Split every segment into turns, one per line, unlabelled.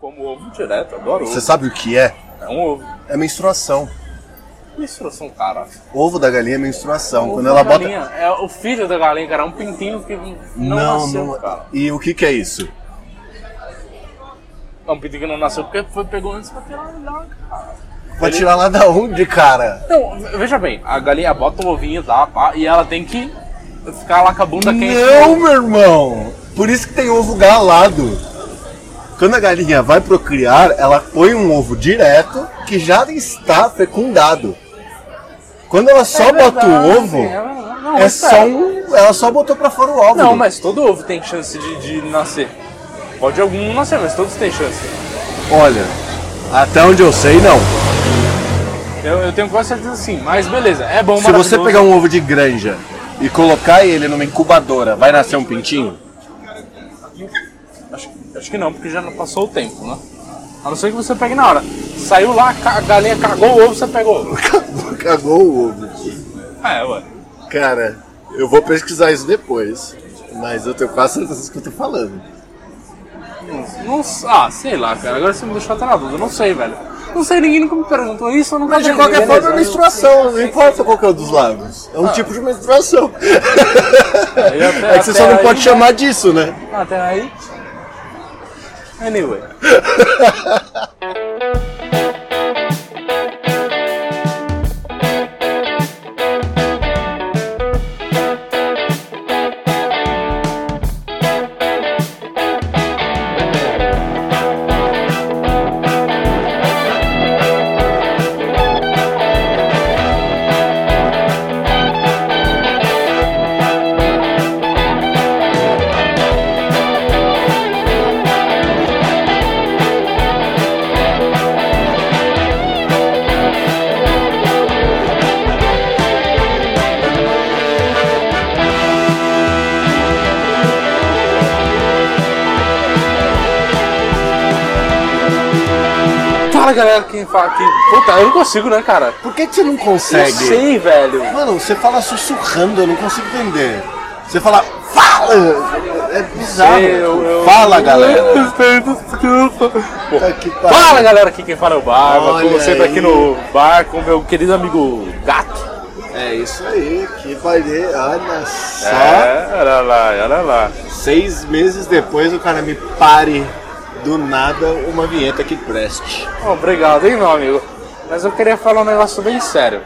como ovo direto, adoro ovo.
Você sabe o que é?
É um ovo.
É menstruação.
Menstruação, cara.
Ovo da galinha é menstruação.
Ovo
Quando
da
ela bota.
galinha, É o filho da galinha, cara. É um pintinho que não, nasceu, cara.
E o que que é isso?
É um pintinho que não nasceu porque foi, pegou antes pra tirar lá, cara.
Vai
Ele-
tirar lá da onde, cara?
Então, ve- veja bem, a galinha bota o ovinho lá, pá, e ela tem que ficar lá com a bunda quente.
Não, meu irmão! Por isso que tem ovo galado. Quando a galinha vai procriar, ela põe um ovo direto que já está fecundado. Quando ela
É
só bota o ovo,
não,
é só um. Ela só botou pra fora o ovo.
Não, mas todo ovo tem chance de, de nascer. Pode algum não nascer, mas todos têm chance.
Olha, até onde eu sei, não.
Eu, eu tenho quase certeza sim, mas beleza, é bom
Se você
maravilhoso.
pegar um ovo de granja e colocar ele numa incubadora, vai nascer um pintinho?
Acho, acho que não, porque já não passou o tempo, né? A não ser que você pegue na hora. Saiu lá, ca- a galinha cagou o ovo, você pegou o ovo.
Cagou o ovo.
É, ué.
Cara, eu vou pesquisar isso depois. Mas eu tenho quase certeza que eu tô falando.
Não- Não, s- ah, sei lá, cara. Agora você me deixou até na dúvida. Não sei, velho. Não sei, ninguém nunca me perguntou isso. Eu nunca
Mas de
aprendi,
qualquer forma é
beleza.
menstruação, não importa qual que é o dos lábios. É um tipo de menstruação.
e até-
É que você só
até
não pode
aí-
chamar disso, né?
Até aí. Anyway. Fala, galera, quem fala aqui. Puta, eu não consigo, né, cara?
Por que, que você não consegue?
Eu sei, velho.
Mano, você fala sussurrando, eu não consigo entender. Você fala, fala! É bizarro.
Eu- eu-
Fala, galera.
Eu sei, desculpa. Pô,
Puta que pariu.
Fala, galera, aqui quem fala é o Barba.
Olha
Como sempre
aí.
aqui no bar com meu querido amigo Gato.
É isso aí, que vai ler. Olha só.
É. olha lá, olha lá.
Seis meses depois o cara me pare do nada uma vinheta que preste.
Oh, Obrigado, hein, meu amigo. Mas eu queria falar um negócio bem sério.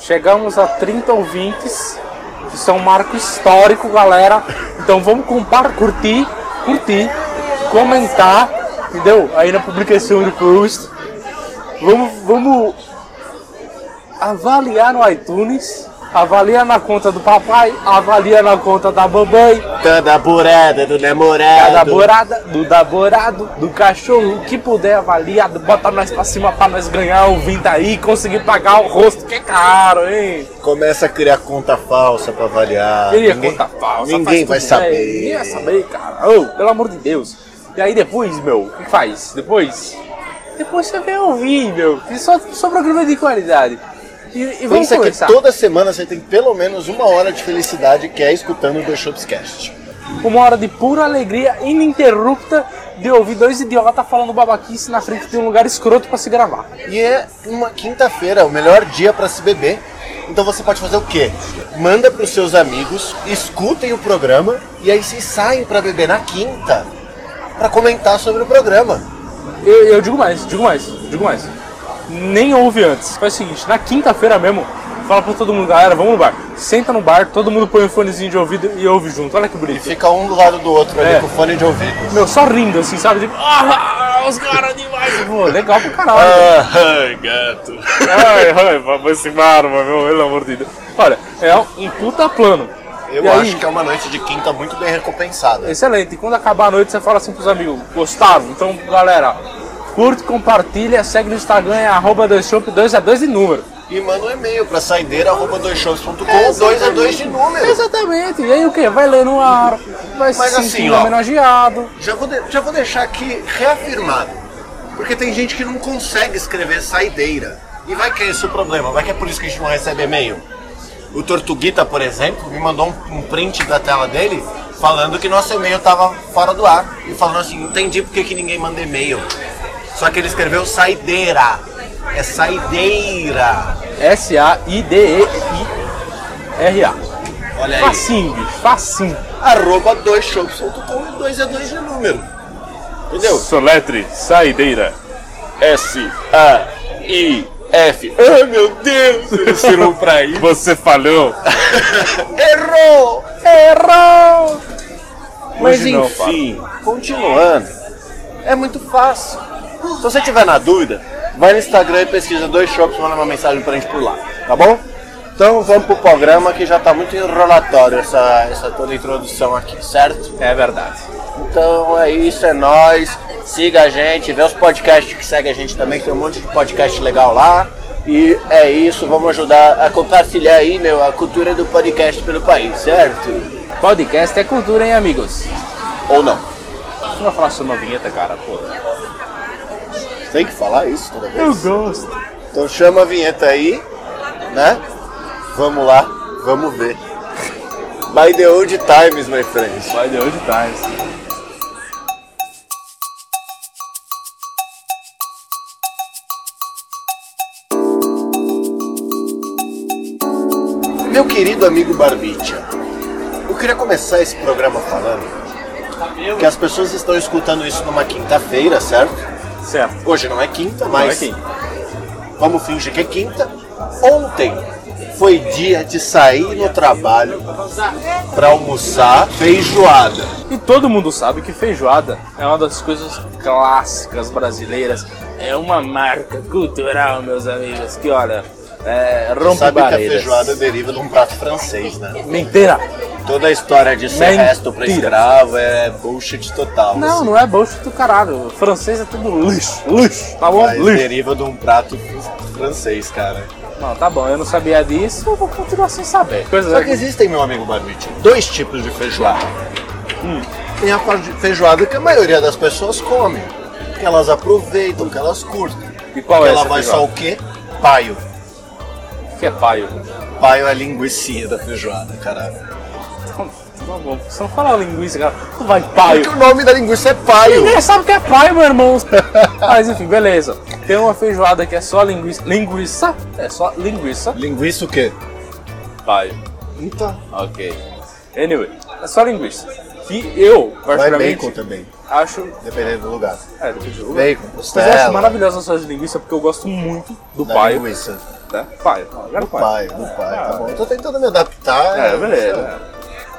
Chegamos a 30 ouvintes. Isso é um marco histórico, galera. Então vamos comprar, curtir, curtir, comentar, entendeu? Aí na publicação do post. Vamos, vamos avaliar no iTunes, avaliar na conta do papai, avaliar na conta da mamãe,
Cada burada do namorado.
É, da namorada, do namorado, do cachorro, o que puder avaliar, bota nós pra cima pra nós ganhar o 20 aí e conseguir pagar o rosto, que é caro, hein?
Começa a criar conta falsa pra avaliar.
Queria
Tá, Ninguém-
conta falsa.
Ninguém vai
faz tudo, né?
saber.
Ninguém vai saber, cara. Ô, pelo amor de Deus. E aí depois, meu, o que faz? Depois? Depois você vem ouvir, meu. Que só, só programa de qualidade. E, e vamos
Pensa é que
começar.
toda semana você tem pelo menos uma hora de felicidade que é escutando o The Shopscast.
Uma hora de pura alegria ininterrupta de ouvir dois idiotas falando babaquice na frente de um lugar escroto pra se gravar.
E é uma quinta-feira, o melhor dia para se beber. Então você pode fazer o quê? Manda para os seus amigos, escutem o programa e aí vocês saem para beber na quinta para comentar sobre o programa.
Eu, eu digo mais, digo mais, digo mais. Nem ouve antes. Faz o seguinte, na quinta-feira mesmo, fala pra todo mundo, galera, vamos no bar. Senta no bar, todo mundo põe um fonezinho de ouvido e ouve junto. Olha que bonito.
Fica um do lado do outro ali
É.
com fone de ouvido.
Meu, só rindo assim, sabe? Tipo, ah, os caras demais. Pô, legal pro caralho.
Ah, gato.
ai, ai, vamos embora, meu, pelo amor de Deus. Olha, é um puta plano.
Eu
E aí,
acho que é uma noite de quinta muito bem recompensada.
Excelente. E quando acabar a noite, você fala assim pros amigos, gostaram? Então, galera, curte, compartilha, segue no Instagram, é arroba 2 a 2 de número.
E manda um e-mail para saideira@doisshows.com, dois é dois de número.
Exatamente. E aí o que? Vai ler no ar, vai se
Mas
sentir
assim, ó.
homenageado.
Já vou, de- já vou deixar aqui reafirmado. Porque tem gente que não consegue escrever saideira. E vai que é esse o problema, vai que é por isso que a gente não recebe e-mail. O Tortuguita, por exemplo, me mandou um, um print da tela dele falando que nosso e-mail tava fora do ar e falando assim, entendi porque que ninguém manda e-mail. Só que ele escreveu saideira. É saideira.
S-A-I-D-E-I-R-A.
Olha aí.
Facinho, bicho, facinho.
Arroba dois shows.com, dois é dois de número. Entendeu?
Soletre, saideira. S-A-I-F.
Ai meu Deus! Ele tirou pra aí.
Você falhou.
Errou!
Errou!
Mas
Hoje não,
enfim, continuando, é muito fácil. Se você tiver na dúvida, vai no Instagram e pesquisa dois shops, manda uma mensagem pra gente por lá, tá bom? Então vamos pro programa que já tá muito enrolatório essa, essa toda introdução aqui, certo?
É verdade.
Então é isso, é nóis. Siga a gente, vê os podcasts que segue a gente também, que tem um monte de podcast legal lá. E é isso, vamos ajudar a compartilhar aí, meu, a cultura do podcast pelo país, certo?
Podcast é cultura, hein, amigos?
Ou não?
Você vai falar sobre uma vinheta, cara? Pô.
Tem que falar isso toda vez.
gosto.
Então chama a vinheta aí, né? Vamos lá, vamos ver. By the old times, my friend.
Vai de hoje tá? tarde.
Meu querido amigo Barbicha, eu queria começar esse programa falando que as pessoas estão escutando isso numa quinta-feira, certo?
Certo.
Hoje não é quinta,
Vai
mas
aqui.
vamos fingir que é quinta. Ontem foi dia de sair no trabalho para almoçar feijoada.
E todo mundo sabe que feijoada é uma das coisas clássicas brasileiras. É uma marca cultural, meus amigos, que olha, é, rompe
Sabe que a
barreiras.
feijoada deriva de um prato francês, né?
Mentira!
Toda a história de ser
Mentira.
resto pra escravo é bullshit total.
Não,
assim.
não é bullshit do caralho. O francês é tudo lixo, lixo, tá bom?
Mas
Lixo.
deriva de um prato francês, cara.
Não, tá bom, eu não sabia disso, eu vou continuar sem saber. Coisa é
Só que existem, meu amigo Barbite, dois tipos de feijoada. Hum. Tem a fa- feijoada que a maioria das pessoas come, que elas aproveitam, que elas curtem.
E qual é
ela
essa
vai
feijoada?
só o quê? Paio.
que é paio.
Paio é a linguiça da feijoada, caralho.
Tá bom, você não fala linguiça, cara. Tu vai
Porque
paio.
o nome da linguiça é paio.
Ninguém sabe o que é paio, meu irmão. Mas enfim, beleza. Tem uma feijoada que é só linguiça. Linguiça? É só linguiça.
Linguiça o quê?
Paio.
Então,
Ok. Anyway, é só linguiça. Que eu,
vai bacon
particularmente,
também,
acho.
dependendo do lugar.
É, depende do lugar.
Bacon,
Mas eu acho
costela,
maravilhosa as de linguiça porque eu gosto muito do
da
paio.
linguiça.
Né? Paio. Agora paio.
pai, do pai, tá bom. Eu tô tentando me adaptar.
É,
né?
beleza.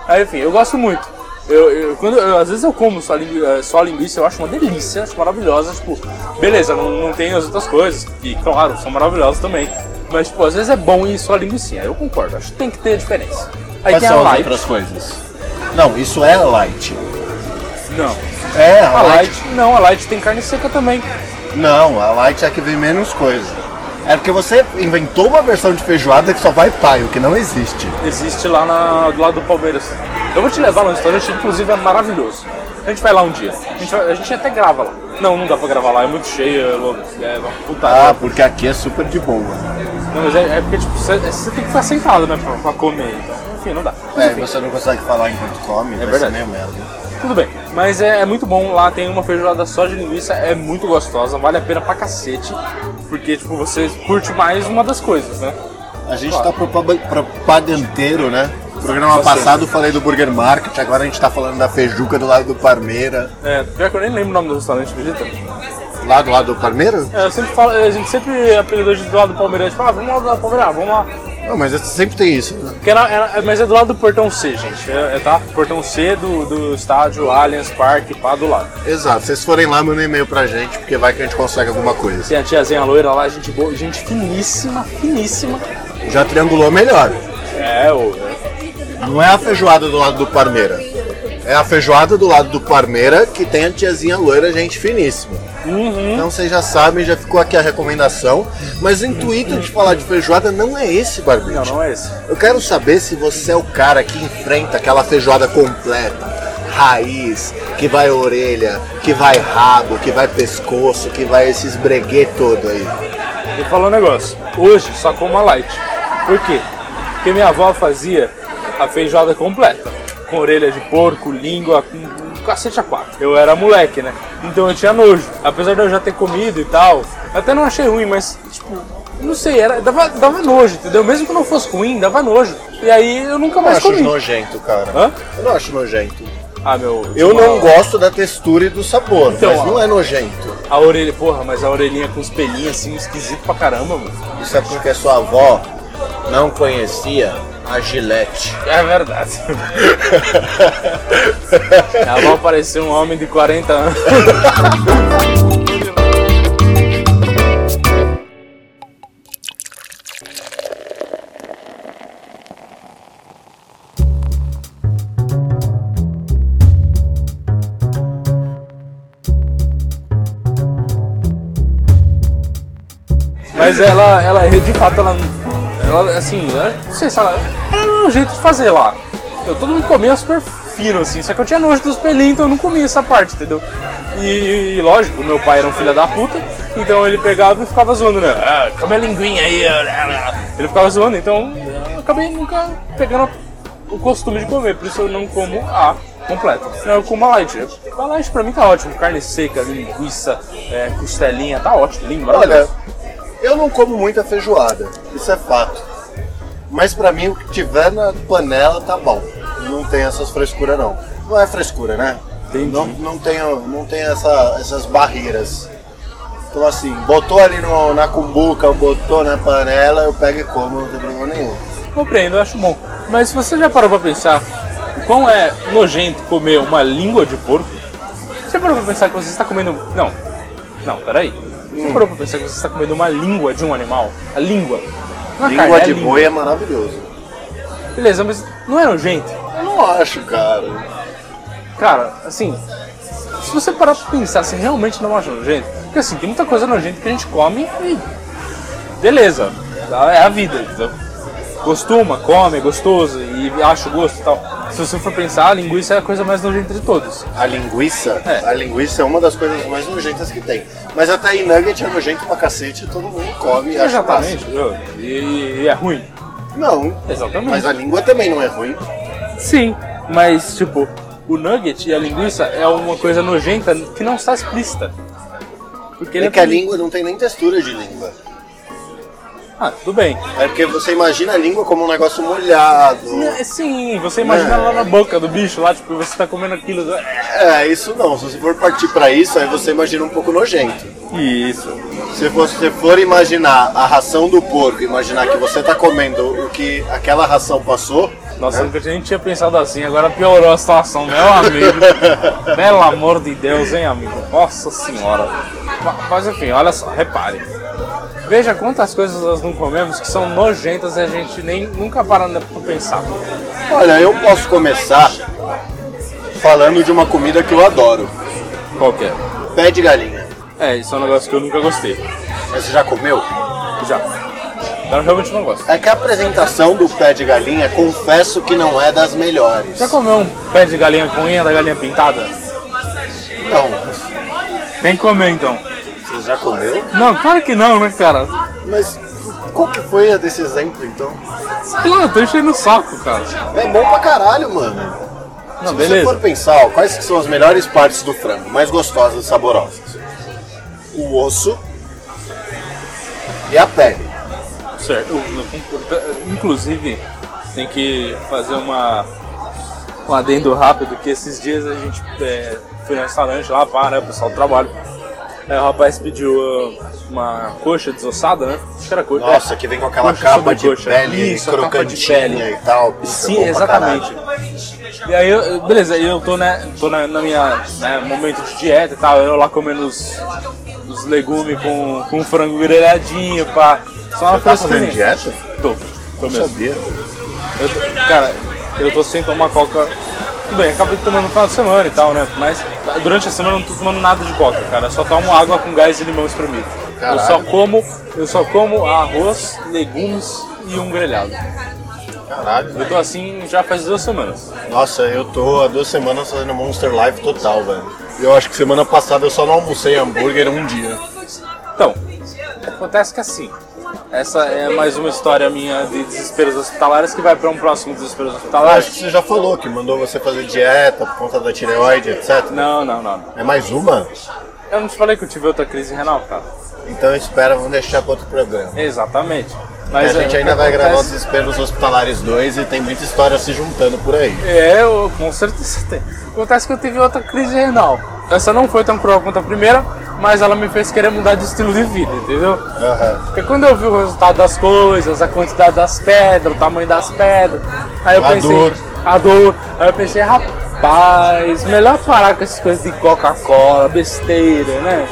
Aí, enfim, eu gosto muito. Eu, eu- quando, eu- às vezes eu como só, lingui- eh, só a linguiça, eu acho uma delícia, acho maravilhosa. Tipo, beleza, não, não tem as outras coisas, que claro, são maravilhosas também. Mas, tipo, às vezes é bom ir só a linguiça, eu concordo, acho que tem que ter a diferença. Aí
Quais
tem a
são as
light.
outras coisas? Não, isso é light.
Não,
É, a,
a
light.
light não, a light tem carne seca também.
Não, a light é a que vem menos coisa. É porque você inventou uma versão de feijoada que só vai paio, que não existe.
Existe lá na- do lado do Palmeiras. Eu vou te levar no restaurante, inclusive é maravilhoso. A gente vai lá um dia. A gente, vai- a gente até grava lá. Não, não dá pra gravar lá, é muito cheio, é louco. É uma putaria.
Ah, porque aqui é super de boa.
Não, mas é, é porque tipo, você, você tem que ficar sentado, né, pra, pra comer. Então, enfim, não dá. Mas,
É, e
enfim,
você não consegue falar enquanto come, é
verdade.
meio merda.
tudo bem. Mas é, é muito bom, lá tem uma feijoada só de linguiça, é muito gostosa, vale a pena pra cacete. Porque, tipo, você curte mais uma das coisas, né?
A gente tá propa- propagandeiro, né? No programa
Você.
passado eu falei do Burger Market, agora a gente tá falando da feijuca do lado do Parmeira.
É, pior que eu nem lembro o nome do restaurante, acredita?
Lá do lado do Parmeira?
É, eu sempre falo, a gente sempre apelidou de do lado do Palmeiras, tipo, ah, vamos lá do lado do Palmeiras, vamos lá.
Não, mas sempre tem isso, né?
Porque era- era- mas é do lado do portão C, gente. É, é, tá? Portão C do, do estádio Allianz Parque, pá do lado.
Exato, se vocês forem lá, mandem um e-mail pra gente, porque vai que a gente consegue alguma coisa.
Tem a tiazinha loira lá, gente boa, gente finíssima, finíssima.
Já triangulou melhor.
É, ô,
Não é a feijoada do lado do Parmeira. É a feijoada do lado do Parmeira que tem a tiazinha loira, gente finíssima.
Uhum.
Então vocês já sabem, já ficou aqui a recomendação. Mas o intuito de falar de feijoada não é esse,
Não,
Barbite.
não é esse.
Eu quero saber se você é o cara que enfrenta aquela feijoada completa, raiz, que vai orelha, que vai rabo, que vai pescoço, que vai esses breguê todo aí.
Vou falar um negócio. Hoje só como a light. Por quê? Porque minha avó fazia a feijoada completa. com orelha de porco, língua, com um cacete a quatro. Eu era moleque, né? Então eu tinha nojo. Apesar de eu já ter comido e tal, até não achei ruim, mas, tipo, não sei, era, dava, dava nojo, entendeu? Mesmo que não fosse ruim, dava nojo. E aí eu nunca
Eu não
mais
acho
comi.
nojento, cara.
Hã?
Eu não acho nojento.
Ah, meu.
Eu
tipo,
não
a-
gosto da textura e do sabor,
Então,
mas
ó.
não é nojento.
A orelha, porra, mas a orelhinha com os pelinhos assim, esquisito pra caramba, mano.
Isso é porque sua avó não conhecia a Gillette.
É verdade. Minha avó parecia um homem de 40 anos. Mas ela, ela de fato, ela, ela assim, ela- não sei se ela. Ela não um jeito de fazer lá. Eu todo mundo comia super fino, assim, só que eu tinha nojo dos pelinhos, então eu não comia essa parte, entendeu? E, e- e lógico, meu pai era um filho da puta, então ele pegava e ficava zoando, né? Ah, come a linguinha aí. ah, ah, ah." Ele ficava zoando, então eu acabei nunca pegando o costume de comer, por isso eu não como a completa. Não, Eu como a light. A light pra mim tá ótimo, carne seca, linguiça, é, costelinha, tá ótimo, lindo,
Olha,
maravilhoso.
eu não como muita feijoada, isso é fato. Mas pra mim o que tiver na panela tá bom. Não tem essas frescuras não. Não é frescura, né?
Entendi.
Não, não tenho, não tem essa- essas barreiras. Então assim, botou ali no- na cumbuca, botou na panela, eu pego e como, não tem problema nenhum.
Compreendo, eu acho bom. Mas se você já parou pra pensar o quão é nojento comer uma língua de porco, você parou pra pensar que você está comendo. Não, não, peraí.
Hum.
Você parou pra pensar que você está comendo uma língua de um animal? A língua. Não é
Língua
carne, é
de
língua.
boi é maravilhoso.
Beleza, mas não é nojento?
Eu não acho, cara.
Cara, assim, se você parar pra pensar se realmente não acha nojento, porque assim, tem muita coisa nojenta que a gente come e. Beleza, tá? é a vida, entendeu? Costuma, come, é gostoso e acha o gosto e tal. Se você for pensar, a linguiça é a coisa mais nojenta de todos.
A linguiça?
É.
A linguiça é uma das coisas mais nojentas que tem. Mas até aí nugget é nojento pra cacete, todo mundo come e acha massa.
Exatamente. é E, e é ruim.
Não,
Exatamente.
mas a língua também não é ruim.
Sim, mas tipo, o nugget e a linguiça é uma coisa nojenta que não está explícita. Porque ele
É que a língua não tem nem textura de língua.
Ah, tudo bem.
É porque você imagina a língua como um negócio molhado.
Né, Sim, você imagina
Né?
lá na boca do bicho, lá, tipo, você tá comendo aquilo.
É, isso não. Se você for partir pra isso, aí você imagina um pouco nojento.
Isso.
Se você for imaginar a ração do porco, imaginar que você tá comendo o que aquela ração passou,
Nossa, nunca tinha- nem tinha pensado assim, agora piorou a situação, meu amigo. Pelo amor de Deus, hein, amigo? Nossa senhora. Ma- Mas enfim, olha só, repare. Veja quantas coisas nós não comemos que são nojentas e a gente nem nunca para pra pensar.
olha, eu posso começar falando de uma comida que eu adoro.
Qual que é?
Pé de galinha.
É, isso é um negócio que eu nunca gostei.
Mas você já comeu?
Já. Então, Eu realmente não gosto.
É que a apresentação do pé de galinha, confesso que não é das melhores.
Já comeu um pé de galinha com unha da galinha pintada?
Então,
Tem que comer então.
você já comeu?
Não, claro que não, né, cara?
Mas qual que foi a desse exemplo, então?
Sei lá, eu tô enchendo o saco, cara.
É bom pra caralho, mano.
Não,
Se você
beleza.
for pensar, ó, quais que são as melhores partes do frango, mais gostosas e saborosas? O osso e a pele.
Certo. Eu- eu- Inclusive, tem que fazer uma um adendo rápido, que esses dias a gente é, foi no restaurante lá, pá, né, o pessoal do trabalho. Aí o rapaz pediu ah, uma coxa desossada, né? Acho que era coxa.
Nossa, que vem com aquela
Coxa
capa
sobre
de
coxa.
pele
Isso, a capa de
crocantinha
pele.
e tal. Puta, bom
Sim,
pra
exatamente.
caralho.
E aí, eu- eu- beleza, aí eu tô, né, tô na, na minha né, momento de dieta e tal, eu lá comendo os, os legumes com, com frango grelhadinho, pá. Só uma
Tá fazendo
frescurinha.
dieta?
Tô, tô
Não
mesmo.
sabia.
Eu tô- cara, eu tô sem tomar coca. Tudo bem, acabei tomando no final de semana e tal, né? Mas durante a semana eu não tô tomando nada de coca, cara. Eu só tomo água com gás e limão espremido. Eu
Caralho.
só como, eu só como arroz, legumes e um grelhado.
Caralho.
Eu tô assim já faz duas semanas.
Nossa, eu tô há duas semanas fazendo Monster Life total, velho. Eu acho que semana passada eu só não almocei hambúrguer um dia.
Então, acontece que assim, Essa é mais uma história minha de desesperos hospitalares que vai para um próximo desespero
Eu acho
hospitalar.
que você já falou que mandou você fazer dieta por conta da tireoide, etc.
Não, não, não.
É mais uma?
Eu não te falei que eu tive outra crise renal, cara.
Então espera, vamos deixar para outro programa.
Exatamente.
a gente
é,
ainda
o que
vai gravar os
acontece-
Desesperos Hospitalares 2 e tem muita história se juntando por aí.
É, eu, com certeza tem. Acontece que eu tive outra crise renal. Essa não foi tão cruel quanto a primeira, mas ela me fez querer mudar de estilo de vida, entendeu?
Aham.
Porque quando eu vi o resultado das coisas, a quantidade das pedras, o tamanho das pedras, aí eu
A
pensei.
dor.
A dor. Aí eu pensei, rapaz, melhor parar com essas coisas de Coca-Cola, besteira, né?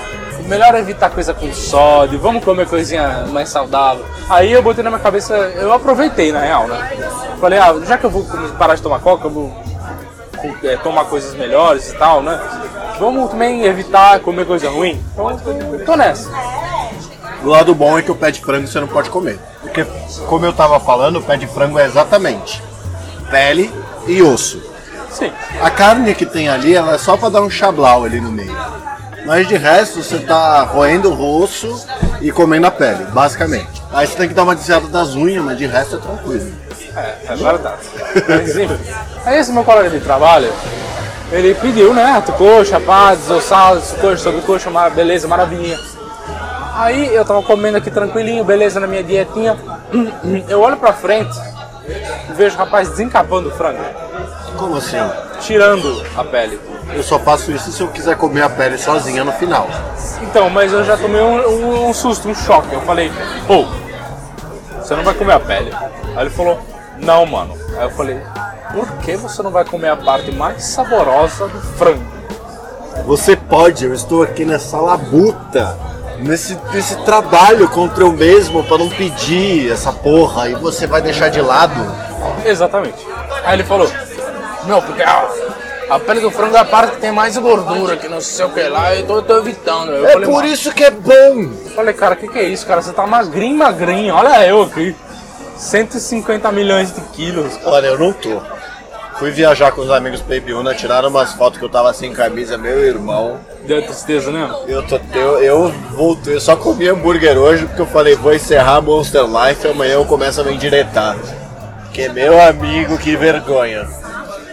Melhor evitar coisa com sódio, vamos comer coisinha mais saudável. Aí eu botei na minha cabeça, eu aproveitei na real, né? Falei, ah, já que eu vou comer- parar de tomar Coca, eu vou é, tomar coisas melhores e tal, né? Vamos também evitar comer coisa ruim. Então, eu tô nessa.
O lado bom é que o pé de frango você não pode comer. Porque, como eu tava falando, o pé de frango é exatamente pele e osso.
Sim.
A carne que tem ali, ela é só pra dar um chablau ali no meio. Mas de resto, você tá roendo o osso e comendo a pele, basicamente. Aí você tem que dar uma desviada das unhas, mas de resto é tranquilo.
É, é verdade. Mas, enfim. Aí esse meu colega de trabalho, ele pediu, né? Coxa, pá, desossado, coxa, sobre coxa, beleza, maravilhinha. Aí eu tava comendo aqui tranquilinho, beleza, na minha dietinha. Eu olho pra frente e vejo o rapaz desencapando o frango,
Como assim?
tirando a pele.
Eu só faço isso se eu quiser comer a pele sozinha no final.
Então, mas eu já tomei um, um- um susto, um choque. Eu falei, pô, você não vai comer a pele. Aí ele falou, não, mano. Aí eu falei, por que você não vai comer a parte mais saborosa do frango?
Você pode, eu estou aqui nessa labuta, nesse, nesse trabalho contra eu mesmo pra não pedir essa porra e você vai deixar de lado.
Exatamente. Aí ele falou, não, porque a, a pele do frango é a parte que tem mais gordura, que não sei o que lá, eu tô, eu tô evitando. Eu
É
falei,
por
"Mano."
isso que é bom!
Falei, cara, o que, que é isso, cara? Você tá magrinho, magrinho, olha eu aqui. 150 milhões de quilos.
Olha, eu não tô. Fui viajar com os amigos Baby Una, tiraram umas fotos que eu tava sem camisa, meu irmão.
Deu tristeza, né?
Eu, tô, eu, eu voltei, eu só comi hambúrguer hoje porque eu falei, vou encerrar Monster Life, amanhã eu começo a me endireitar. Que meu amigo, que vergonha.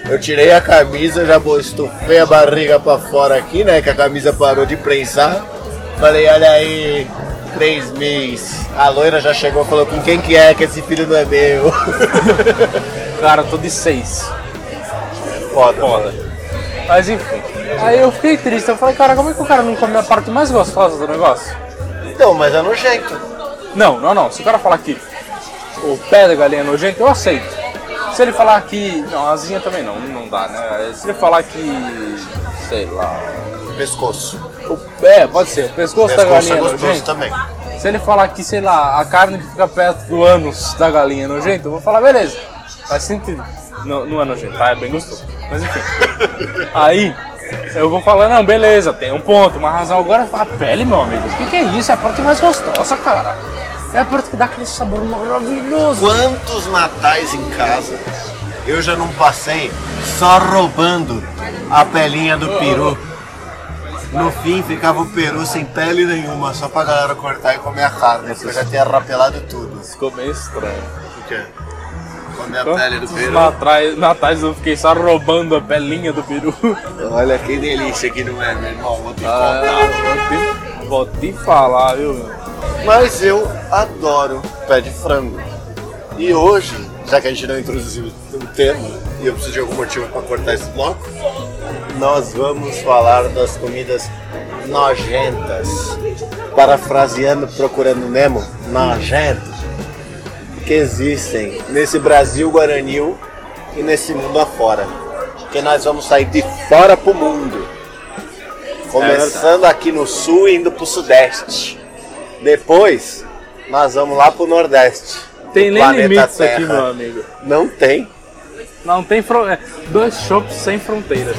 Eu tirei a camisa, já bo- estufei a barriga pra fora aqui, né? Que a camisa parou de prensar. Falei, olha aí, três meses. A loira já chegou e falou, com quem que é que esse filho não é meu?
Cara, eu tô de seis.
Foda.
foda. Mas enfim. Aí eu fiquei triste, eu falei, cara, como é que o cara não come a parte mais gostosa do negócio?
Então, mas é nojento.
Não, não, não. Se o cara falar que o pé da galinha é nojento, eu aceito. Se ele falar que. Não, a asinha também não, não dá, né? Se ele falar que. sei lá.
Pescoço.
o- é, pode ser, o pescoço da
Pescoço
galinha
é
é
gostoso
nojento.
também.
Se ele falar que, sei lá, a carne que fica perto do ânus da galinha é nojento, eu vou falar, beleza, faz sentido. Não, não é nojento, tá? É bem gostoso. Mas enfim. Aí eu vou falar, não, beleza, tem um ponto, uma razão. Agora a pele, meu amigo, o que, que é isso? É a parte mais gostosa, cara. É a parte que dá aquele sabor maravilhoso.
Quantos natais em casa eu já não passei só roubando a pelinha do peru? No fim ficava o peru sem pele nenhuma, só pra galera cortar e comer a carne, porque eu já tinha rapelado tudo.
Ficou meio estranho.
O quê? Comer a pele do
Quantos
peru.
natais, natais eu fiquei só roubando a pelinha do peru.
Olha que delícia que não é, meu irmão. Vou te
Ah,
contar.
vou, te, vou te falar, viu? meu?
Mas eu adoro pé de frango. E hoje, já que a gente não introduziu um tema, e eu preciso de algum motivo para cortar esse bloco, nós vamos falar das comidas nojentas. Parafraseando, procurando Nemo, nojentas que existem nesse Brasil guaranil e nesse mundo afora. Porque nós vamos sair de fora pro mundo. Começando aqui no sul e indo pro sudeste. Depois, nós vamos lá pro Nordeste.
Tem
do
nem
planeta
limite isso
Terra.
aqui, meu amigo.
Não tem.
Não tem fron... é, dois shops sem fronteiras.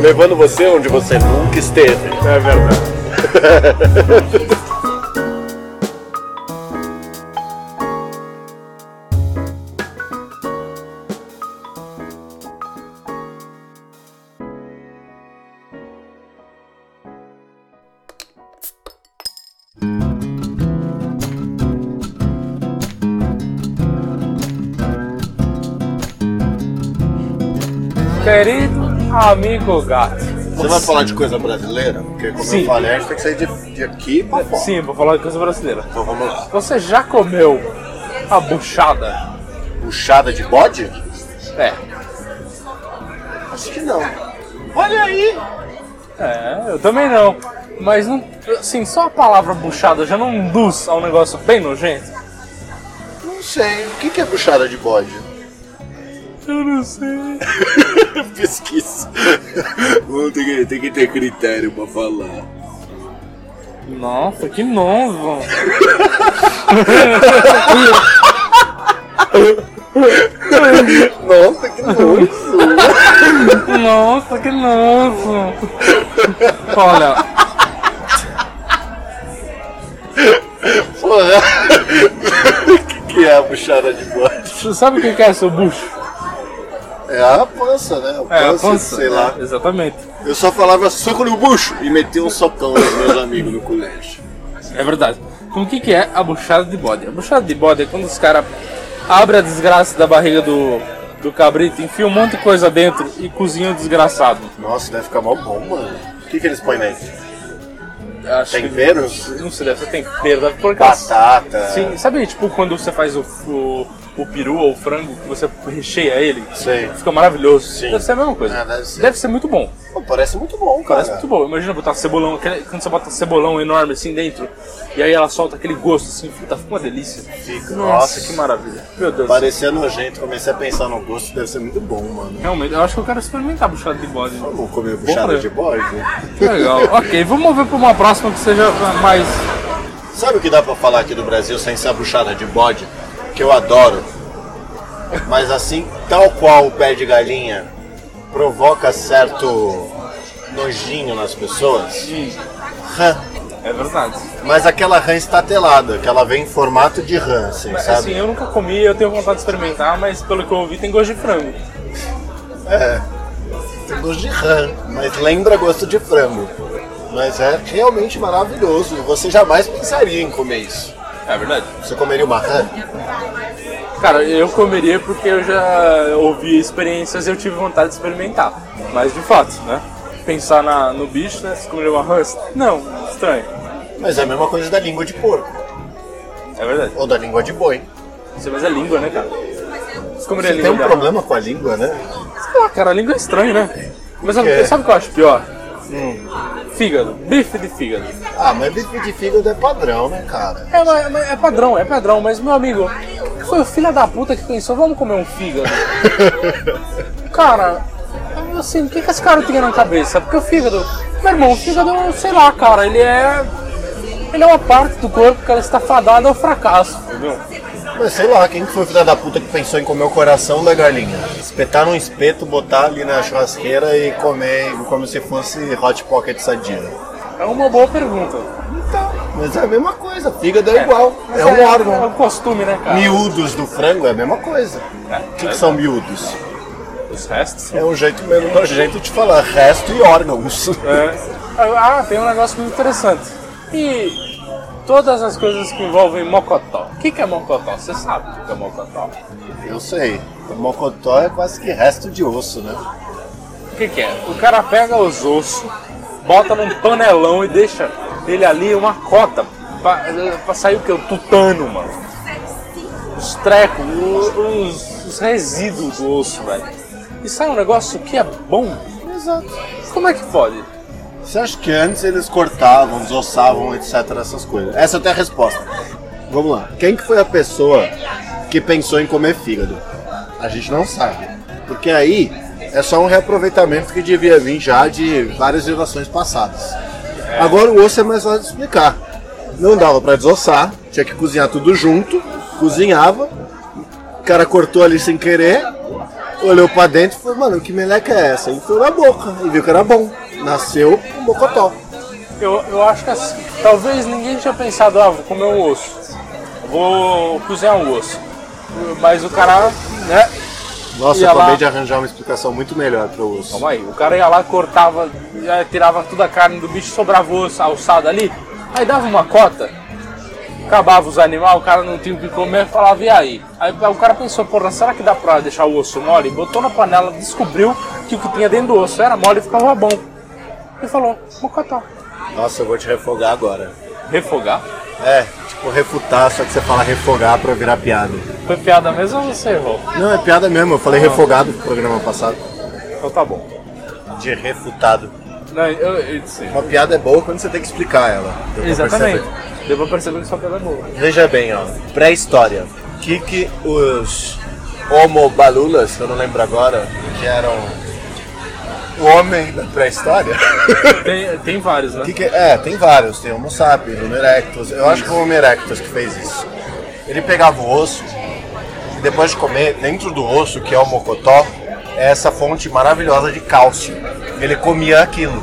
Levando você onde você nunca esteve.
É verdade. querido amigo gato.
Você vai falar de coisa brasileira? Porque como
Sim.
eu falei, a gente tem que sair de, de aqui pra fora.
Sim, vou falar de coisa brasileira.
Então vamos lá.
Você já comeu a buchada?
Puxada de bode?
É.
Acho que não. Olha aí!
É, eu também não. Mas não, assim, só a palavra buchada já não induz a um negócio bem nojento.
Não sei. O que que é puxada de bode?
Eu não sei.
Pesquisa. Vamos ter que, tem que ter critério pra falar.
Nossa, que novo.
Nossa, que nojo!
Nossa, que novo. Olha,
Porra! é. O que, que é a puxada de bode?
sabe o que que é seu bucho?
É a pança, né? O
É, a
pança,
pança.
sei lá.
É, exatamente.
Eu só falava soco no bucho e metia um socão nos meus amigos no colégio.
É verdade. Então o que, que é a buchada de bode? A buchada de bode é quando os caras abrem a desgraça da barriga do, do cabrito, enfiam um monte de coisa dentro e cozinham o desgraçado.
Nossa, deve ficar mal bom, mano. O que, que eles põem nele?
Acho que-
Tempero?
Não sei, deve ser tempero, deve pôr aquelas-
Batata.
Sim, sabe tipo quando você faz o, o, o peru ou o frango, que você recheia ele?
Sei.
Fica maravilhoso.
Sim.
Deve ser a mesma coisa.
Ah, deve ser.
muito bom.
Pô, parece muito bom, cara.
Parece muito bom. Imagina botar cebolão, aquele- quando você bota cebolão enorme assim dentro, e aí ela solta aquele gosto assim, puta, fica uma delícia.
Fica.
Nossa,
Nossa.
que maravilha. Meu Deus.
Parecia nojento, comecei a pensar no gosto, deve ser muito bom, mano.
Realmente, eu acho que eu quero experimentar a buchada de bode.
Vamos comer puxada
Bora.
de bode?
Legal. ok, vamos mover pra uma próxima que seja mais.
Sabe o que dá pra falar aqui do Brasil sem ser a puxada de bode? Que eu adoro. Mas assim, tal qual o pé de galinha provoca certo nojinho nas pessoas. Rã.
É verdade.
Mas aquela rã estatelada, que ela vem em formato de rã, assim,
Mas,
sabe?
Assim, eu nunca comi, eu tenho vontade de experimentar, mas pelo que eu ouvi tem gosto de frango.
É, Tem gosto de rã, mas lembra gosto de frango. Mas é realmente maravilhoso. Você jamais pensaria em comer isso.
É verdade.
Você comeria uma rã?
Cara, eu comeria porque eu já ouvi experiências e eu tive vontade de experimentar. Mas de fato, né? Pensar na, no bicho, né? Se comer uma rã, não, estranho.
Mas é a mesma coisa da língua de porco.
É verdade.
Ou da língua de boi.
Você mas é língua, né, cara? Você comeria
Você tem
língua.
um
da-
problema com a língua, né?
Sei lá, cara, a língua é estranha, né? Mas
quê?
sabe, sabe o que eu acho pior?
Hum.
Fígado, bife de fígado.
Ah, mas bife de fígado é padrão, né, cara?
É, mas- mas é padrão, é padrão, mas meu amigo, foi o filho da puta que pensou, vamos comer um fígado. cara, eu, assim, o que, que esse cara tinha na cabeça? Porque o fígado, meu irmão, o fígado, sei lá, cara, ele é. Ele é uma parte do corpo que ela está fadada ao fracasso, entendeu?
Mas sei lá, quem que foi o filho da puta que pensou em comer o coração da galinha? Espetar num espeto, botar ali na churrasqueira e comer como se fosse hot pocket sadia.
É uma boa pergunta.
Então, mas é a mesma coisa, fígado é igual,
Mas
é, um
É
órgão.
um costume, né, cara? É,
Miúdos do frango é a mesma coisa. O que, que são miúdos?
Os restos.
É um jeito menos nojento de falar, resto e órgãos.
É. Ah, tem um negócio muito interessante. E todas as coisas que envolvem mocotó. O que, que é mocotó? Você sabe o que é mocotó?
Eu sei, o mocotó é quase que resto de osso, né?
O que, que é? O cara pega os ossos, bota num panelão e deixa ele ali uma cota. Pra, pra sair o que? O tutano, mano. Os trecos, o- os, os resíduos do osso, velho. E sai um negócio que é bom.
Exato.
Como é que pode?
Você acha que antes eles cortavam, desossavam, etc, essas coisas? Essa até a resposta. Vamos lá. Quem que foi a pessoa que pensou em comer fígado? A gente não sabe. Porque aí é só um reaproveitamento que devia vir já de várias gerações passadas. Agora o osso é mais fácil de explicar. Não dava pra desossar, tinha que cozinhar tudo junto, cozinhava, o cara cortou ali sem querer, olhou pra dentro e falou, mano, que meleca é essa? E foi na boca e viu que era bom. Nasceu um mocotó.
Eu, eu acho que assim, talvez ninguém tinha pensado, ah, vou comer um osso. Vou cozinhar um osso. Mas o cara, né?
Nossa,
E
eu
ela-
acabei de arranjar uma explicação muito melhor para o osso.
Calma aí, o cara ia lá, cortava, ia- tirava toda a carne do bicho, sobrava osso alçado ali, aí dava uma cota. Acabava os animais, o cara não tinha o que comer, falava, e aí? Aí o cara pensou, porra, será que dá pra deixar o osso mole? Botou na panela, descobriu que o que tinha dentro do osso era mole e ficava bom. E falou, mocotó.
Nossa, eu vou te refogar agora.
Refogar?
É, tipo, refutar, só que você fala refogar pra virar piada.
Foi piada mesmo ou você errou?
Não, é piada mesmo, eu falei refogado no programa passado.
Então tá bom.
De refutado.
Não, eu, eu, sim.
Uma piada é boa quando você tem que explicar ela. Deu pra
Exatamente.
perceber.
Deu pra perceber que sua piada é boa.
Veja bem, ó, pré-história. O que que os homobalulas, que eu não lembro agora, que eram o homem da pré-história?
Tem, tem vários, né?
Que que- é, tem vários, tem Homo sapiens, Homo erectus. Eu acho que foi o Homo erectus que fez isso. Ele pegava o osso e depois de comer, dentro do osso, que é o mocotó, é essa fonte maravilhosa de cálcio. Ele comia aquilo.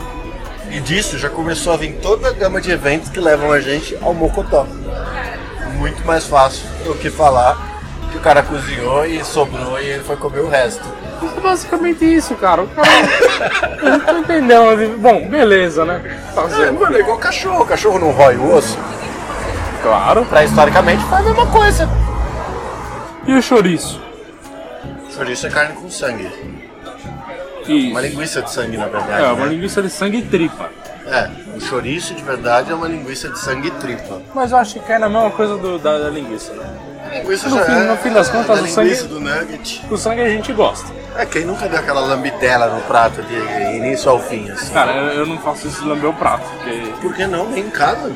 E disso já começou a vir toda a gama de eventos que levam a gente ao mocotó. Muito mais fácil do que falar que o cara cozinhou e sobrou e ele foi comer o resto.
É basicamente isso, cara. O cara. Eu não tô entendendo. Bom, beleza, né?
É,
Fazer.
mano, é igual cachorro. O cachorro não rói o osso.
É, Claro.
Pra historicamente foi a mesma coisa.
E o chouriço?
Chouriço é carne com sangue. Uma
Isso.
linguiça de sangue, na verdade.
É, uma
né?
linguiça de sangue e tripa.
É, o chouriço de verdade é uma linguiça de sangue e tripa.
Mas eu acho que cai na mesma coisa do- da, da linguiça, né?
A linguiça
No
já
fim-
é
no fim das contas,
a
o sangue-
linguiça do nugget.
O sangue a gente gosta.
É, quem nunca deu aquela lambidela no prato de início ao fim, assim.
Cara, eu, eu não faço isso no meu prato. Porque...
Por que não? Nem em casa.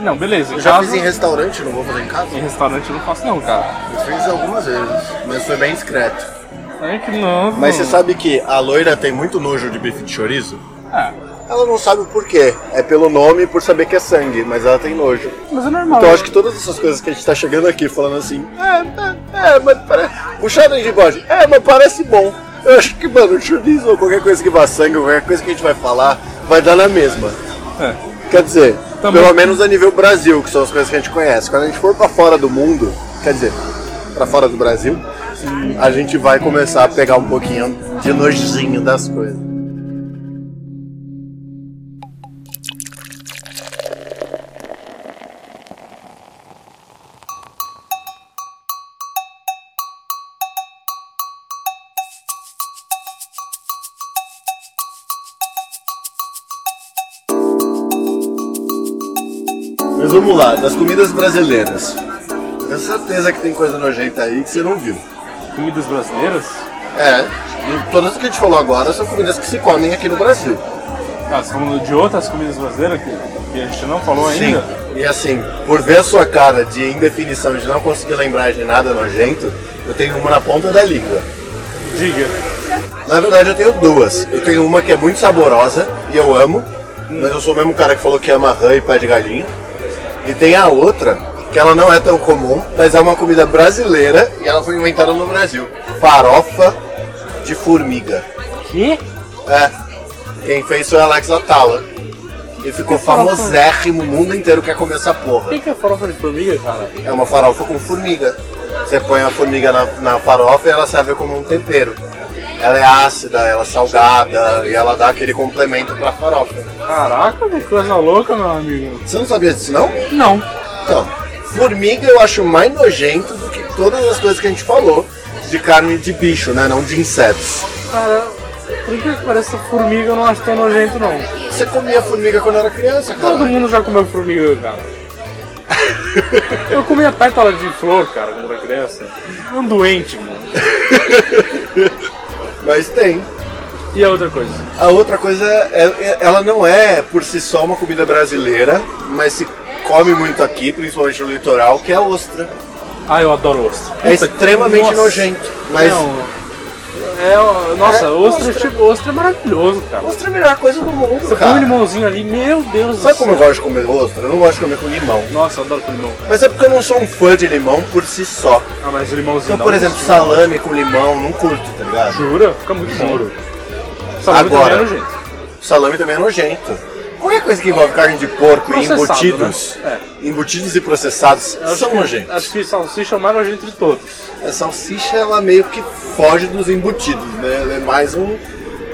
Não, beleza. Em
Eu já
casa,
fiz em restaurante, não vou fazer em casa.
em restaurante eu não faço, não, cara.
Eu fiz algumas vezes, mas foi bem discreto.
É que não.
Mas
não.
você sabe que a loira tem muito nojo de bife de chouriço?
É,
Ela não sabe o porquê. É pelo nome e por saber que é sangue, mas ela tem nojo.
mas é normal.
Então acho que todas essas coisas que a gente tá chegando aqui falando assim, é, é, é mas parece. O challenge de bode, é, mas parece bom. Eu acho que, mano, chorizo ou qualquer coisa que vá sangue, ou qualquer coisa que a gente vai falar, vai dar na mesma.
É.
Quer dizer,
Também.
pelo menos a nível Brasil, que são as coisas que a gente conhece. Quando a gente for pra fora do mundo, quer dizer, pra fora do Brasil, a gente vai começar a pegar um pouquinho de nojinho das coisas. Mas vamos lá, das comidas brasileiras. Tenho certeza que tem coisa nojenta aí que você não viu.
Comidas brasileiras?
É, e todas que a gente falou agora são comidas que se comem aqui no Brasil.
Ah, você tá falando de outras comidas brasileiras que, que a gente não falou
Sim.
ainda?
E assim, por ver a sua cara de indefinição de não conseguir lembrar de nada nojento, eu tenho uma na ponta da língua.
Diga.
Na verdade eu tenho duas. Eu tenho uma que é muito saborosa e eu amo, mas eu sou o mesmo cara que falou que ama rã e pé de galinha. E tem a outra, que ela não é tão comum, mas é uma comida brasileira e ela foi inventada no Brasil. Farofa de formiga.
Que?
É. Quem fez foi Alex Atala. E ficou
farofa?
famosérrimo, o mundo inteiro quer comer essa porra.
O que é farofa de formiga, cara?
É uma farofa com formiga. Você põe a formiga na, na farofa e ela serve como um tempero. Ela é ácida, ela é salgada e ela dá aquele complemento pra farofa.
Caraca, que coisa louca, meu amigo.
Você não sabia disso, não?
Não.
Então, formiga eu acho mais nojento do que todas as coisas que a gente falou de carne de bicho, né? Não de insetos.
Cara, por que parece formiga eu não acho tão nojento, não?
Você comia formiga quando era criança,
Todo
cara?
mundo já comeu formiga, cara. Eu comia pétala de flor, cara, quando era criança. Um doente, mano.
Mas tem.
E a outra coisa?
A outra coisa, é- é- ela não é por si só uma comida brasileira, mas se come muito aqui, principalmente no litoral, que é a ostra.
Ah, eu adoro ostra.
É extremamente
Nossa.
nojento, mas
Não. É, ó, nossa,
É,
ostra,
ostra.
tipo, ostra é maravilhoso, cara.
ostra é a melhor coisa do mundo,
Você põe um
cara.
limãozinho ali, meu Deus do
Sabe como eu
céu.
gosto de comer ostra? Eu não gosto de comer com limão.
Nossa, eu adoro com limão.
Mas é porque eu não sou um fã de limão por si só.
Ah, mas o limãozinho
Então,
dá
por
um
exemplo,
gostinho.
salame com limão, não curto, tá ligado?
Jura? Fica muito bom. Salame
Agora.
também é nojento.
Salame também é nojento. Qualquer coisa que envolve carne de porco e
Processado,
embutidos,
né?
embutidos e processados,
Eu acho
são
que-
nojentos.
Acho que salsicha é o mais nojento de todos.
A salsicha, ela meio que foge dos embutidos, né? Ela é mais um,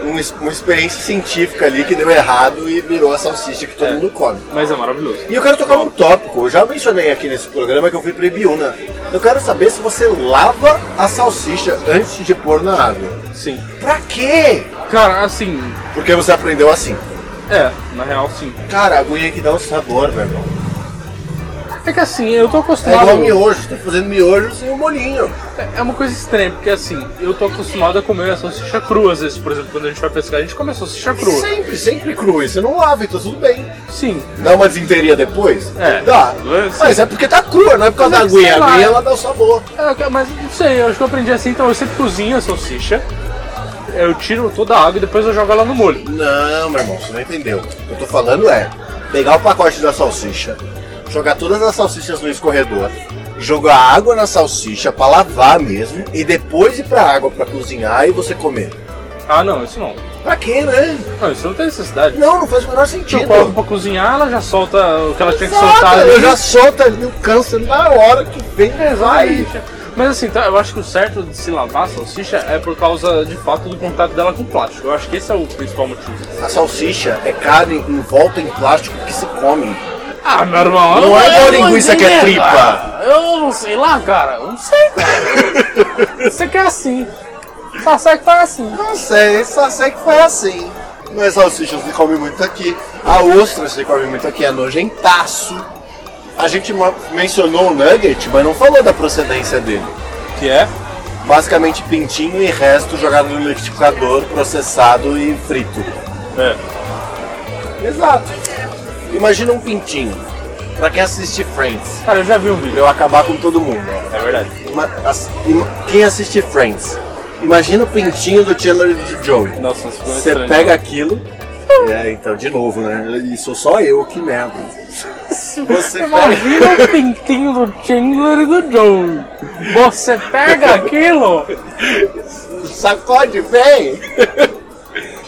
uma, ex- uma experiência científica ali que deu errado e virou a salsicha que todo
É.
mundo come.
Mas é maravilhoso.
E eu quero tocar um tópico, eu já mencionei aqui nesse programa que eu fui pra Ibiúna. Eu quero saber se você lava a salsicha antes de pôr na água.
Sim.
Pra quê?
Cara, assim.
Porque você aprendeu assim.
É, na real, sim.
Cara, a aguinha que dá um sabor, meu irmão.
É que assim, eu tô
É
acostumado.
igual miojo, você tá fazendo miojo sem o molhinho.
É uma coisa estranha, porque assim, eu tô acostumado a comer a salsicha crua, às vezes, por exemplo, quando a gente vai pescar, a gente come a salsicha crua.
Sempre, sempre cru. E você não lava, então tudo bem.
Sim.
Dá uma desinteria depois?
É.
Dá.
É, sim.
Mas é porque tá crua, não é por causa
Mas
da
é que sei
aguinha. A
lá.
aguinha ela dá o sabor.
É, mas não sei, eu acho que eu aprendi assim, então eu sempre cozinho a salsicha, eu tiro toda a água e depois eu jogo ela no molho.
Não, meu irmão, você não entendeu. O que eu tô falando é pegar o pacote da salsicha, jogar todas as salsichas no escorredor, jogar água na salsicha pra lavar mesmo e depois ir pra água pra cozinhar e você comer.
Ah, não, isso não.
Pra quê, né?
Não, isso não tem necessidade.
Não, não faz o menor
Eu
sentido.
coloco pra cozinhar, ela já solta o que ela tinha que
Exato,
soltar. ali.
Eu já solto ali o câncer na hora que vem, vai.
Exatamente. Mas assim, tá, eu acho que o certo de se lavar a salsicha é por causa, de fato, do contato dela com o plástico. Eu acho que esse é o principal motivo.
A salsicha é carne envolta em plástico que se come.
Ah, meu irmão,
Não
eu
é igual
eu não
linguiça que é
entendi,
tripa.
cara. Eu não sei lá, cara. Eu não sei, cara. Você quer assim. Só sai que faz assim.
Não sei, só sei que foi assim. Mas salsicha se come muito aqui. A ostra se come muito aqui, é nojentaço. A gente ma- mencionou o nugget, mas não falou da procedência dele.
Que é?
Basicamente pintinho e resto jogado no liquidificador, processado e frito.
É.
Exato. Imagina um pintinho. Pra quem assiste Friends,
Cara, eu já vi um vídeo.
pra eu acabar com todo mundo. ó.
É verdade.
Ima- as- ima- quem assiste Friends, imagina o pintinho do Chandler e do Joey.
Nossa, isso ficou
Você
estranho.
pega aquilo. É, então, de novo, né? E sou só eu, que merda. Você pega.
Imagina o pintinho do Chandler e do Joe. Você pega aquilo,
Sacode, vem!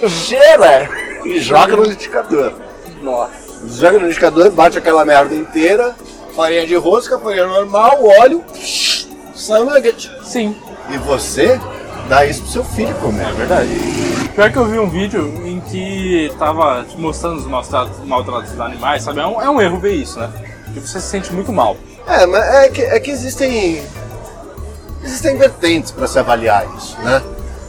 Cheira! E joga no liquidificador. Nossa. Joga no liquidificador, bate aquela merda inteira. Farinha de rosca, farinha normal, óleo. Sai o nugget.
sim.
E você dá isso pro seu filho comer. É verdade.
Pior que eu vi um vídeo em que tava te mostrando os maus tratos, maltratos dos animais, sabe? É um, é um erro ver isso, né? Porque você se sente muito mal.
É, mas é que, é que existem existem vertentes para se avaliar isso, né?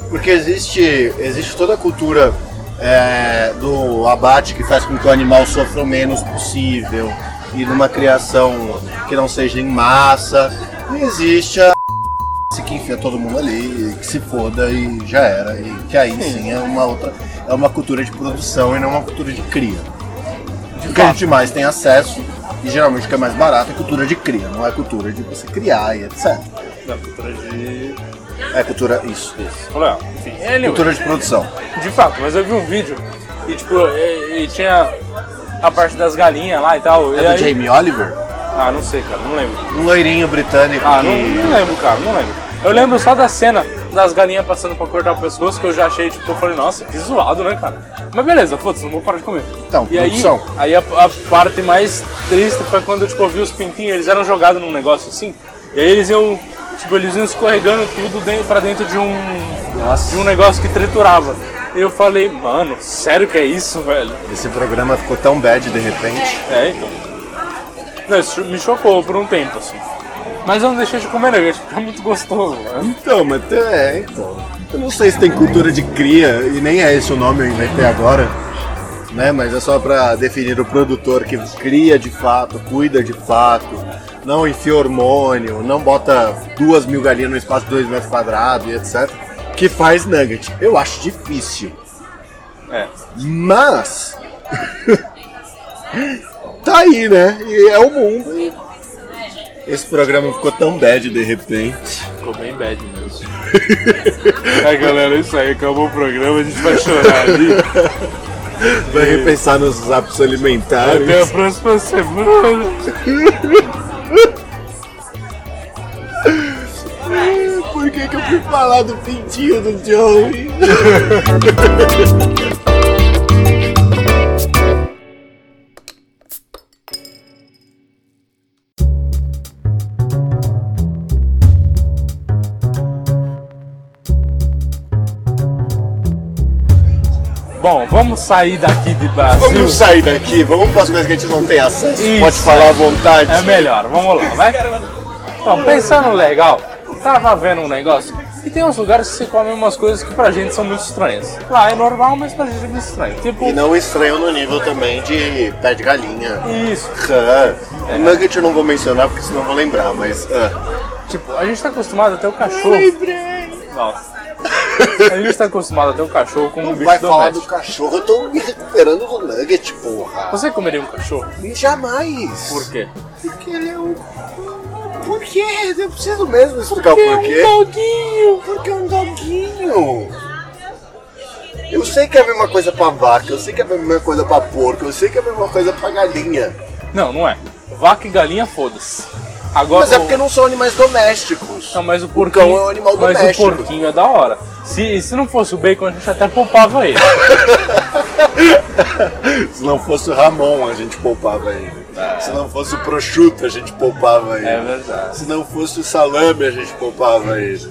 Porque existe existe toda a cultura é, do abate que faz com que o animal sofra o menos possível e numa criação que não seja em massa. E existe a que enfia todo mundo ali, que se foda e já era. E que aí sim é uma outra é uma cultura de produção e não uma cultura de cria. O que a gente mais tem acesso, e geralmente o que é mais barato, é cultura de cria, não é cultura de você criar e etc.
Da cultura de.
É cultura. Isso, isso.
Olha, enfim, é anyway.
Cultura de produção.
De fato, mas eu vi um vídeo e tipo, e, e tinha a parte das galinhas lá e tal. e
É do
aí-
Jamie Oliver?
Ah, não sei, cara, não lembro.
Um loirinho britânico
Ah, não,
que.
não lembro, cara, não lembro. Eu lembro só da cena das galinhas passando pra cortar o pescoço que eu já achei, tipo, eu falei, nossa, que zoado, né, cara? Mas beleza, foda-se, não vou parar de comer.
Então,
e aí,
produção.
aí a, a parte mais triste foi quando tipo, eu vi os pintinhos, eles eram jogados num negócio assim, e aí eles iam, tipo, eles iam escorregando tudo dentro, pra dentro de um
Nossa.
de um negócio que triturava. Eu falei, mano, sério que é isso, velho?
Esse programa ficou tão bad de repente.
É, então. Não, isso me chocou por um tempo, assim. Mas eu não deixei de comer nugget, porque é muito gostoso, né? mano.
Então, mas tem- é, então. Eu não sei se tem cultura de cria, e nem é esse o nome eu inventei agora. Né? Mas é só pra definir o produtor que cria de fato, cuida de fato, não enfia hormônio, não bota duas mil galinhas no espaço de dois metros quadrados e etc. Que faz nugget. Eu acho difícil.
É.
Mas. tá aí, né? E é o mundo. e- Esse programa ficou tão bad de repente.
Ficou bem bad mesmo. é, galera, isso aí. Acabou o programa, a gente vai chorar ali.
Vai repensar nos hábitos alimentares.
Até a próxima semana.
Por que, que eu fui falar do pintinho do Joey?
Bom, vamos sair daqui de Brasil.
Vamos sair daqui, vamos para as coisas que a gente não tem acesso.
Isso.
Pode falar à vontade.
É melhor, vamos lá, vai. Então, pensando legal, tava vendo um negócio e tem uns lugares que se comem umas coisas que pra gente são muito estranhas. Lá é normal, mas pra gente é muito estranho. Tipo,
E não estranho no nível também de pé de galinha.
isso.
Ah, Nugget eu não vou mencionar porque senão eu vou lembrar, mas. ah.
Tipo, a gente tá acostumado a ter o cachorro. Nossa. A gente tá acostumado a ter o cachorro como um
Não
bicho
vai falar do
doméstico.
cachorro, eu tô me recuperando do Nugget, porra.
Você comeria um cachorro?
Jamais.
Por quê?
Porque ele é um. Por quê? Eu preciso mesmo explicar
Porque é
o
um
porquê. doguinho! Porque é um doguinho! Eu sei que é a mesma coisa pra vaca, eu sei que é a mesma coisa pra porco, eu sei que é a mesma coisa pra galinha.
Não, não é. Vaca e galinha, foda-se. Agora,
Mas é
o-
porque não são animais domésticos.
Não, mas o
Porcão
porquinho.
é um animal
mas
doméstico.
o porquinho é da hora. Se, se não fosse o bacon, a gente até poupava ele.
Se não fosse o Ramon, a gente poupava ele. Se não fosse o prosciutto, a gente poupava ele.
É verdade.
Se não fosse o salame, a gente poupava ele.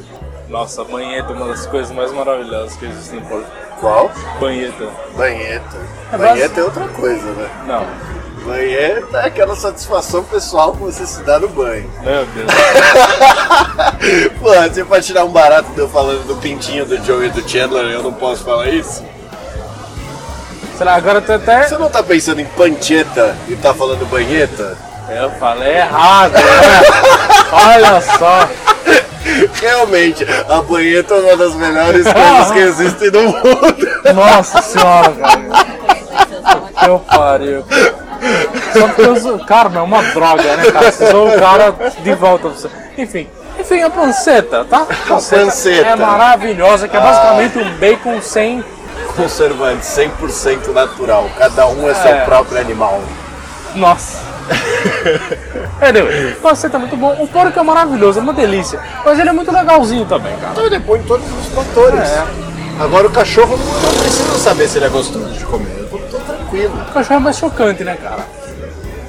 Nossa, a banheta é uma das coisas mais maravilhosas que existe no Porto.
Qual?
Banheta.
Banheta.
É
Banheta é outra coisa, né?
Não.
Banheta é aquela satisfação pessoal que você se dá no banho.
Meu Deus.
Pô, você pode tirar um barato de eu falando do pintinho do Joey e do Chandler eu não posso falar isso?
Será agora eu tô até.
Você não tá pensando em pancheta e tá falando banheta?
Eu falei errado, né? Olha só.
Realmente, a banheta é uma das melhores coisas que existem no mundo.
Nossa senhora, cara. Que eu pariu. Só porque eu sou... Karma é uma droga, né, cara? Você usou o cara de volta pra você. Enfim. Enfim, a panceta, tá?
panceta.
É maravilhosa, que é basicamente um bacon sem.
Conservante 100% natural, cada um é seu
É.
próprio animal.
Nossa. Anyway, panceta é muito bom. O porco é maravilhoso, é uma delícia. Mas ele é muito legalzinho também, cara.
Então ele põe todos os fatores. É. Agora o cachorro não precisa saber se ele é gostoso de comer, eu tô, tô tranquilo.
O cachorro é mais chocante, né, cara?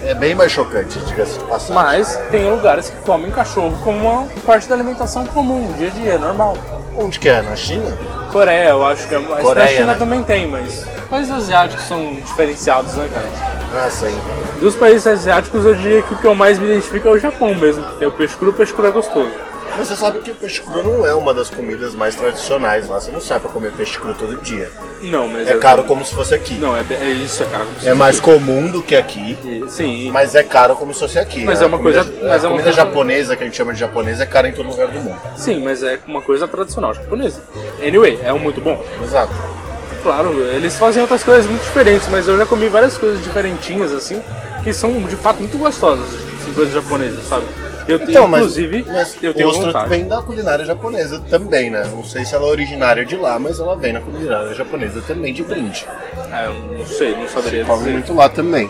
É bem mais chocante, diga-se de passagem.
Mas tem lugares que comem cachorro como uma parte da alimentação comum, dia a dia, normal.
Onde que é? Na China?
Coreia, eu acho que é mais.
Coreia,
na China
né?
também tem, mas países asiáticos são diferenciados, né, cara?
Ah, sim.
Dos países asiáticos, eu diria que o que eu mais me identifico é o Japão mesmo. que Tem o peixe cru, o peixe cru é gostoso.
Mas você sabe que o peixe cru não é uma das comidas mais tradicionais lá. Você não sai pra comer peixe cru todo dia.
Não, mas.
É caro como se fosse aqui.
Não, é, é isso, é caro.
É mais comum do que aqui,
Sim.
mas é caro como se fosse aqui. né?
Mas
A
é uma
comida-
coisa- mas
a
é uma
comida
coisa-
japonesa, que a gente chama de japonesa, é cara em todo lugar do mundo.
Sim, mas é uma coisa tradicional japonesa. Anyway, é um muito bom.
Exato.
Claro, eles fazem outras coisas muito diferentes, mas eu já comi várias coisas diferentinhas assim, que são de fato muito gostosas, assim, coisas japonesas, sabe? Eu, inclusive,
Então, mas
eu tenho
ostra
vontade.
vem da culinária japonesa também, né? Não sei se ela é originária de lá, mas ela vem na culinária japonesa também de brinde.
É, eu não sei, não saberia
Come
dizer.
muito lá também.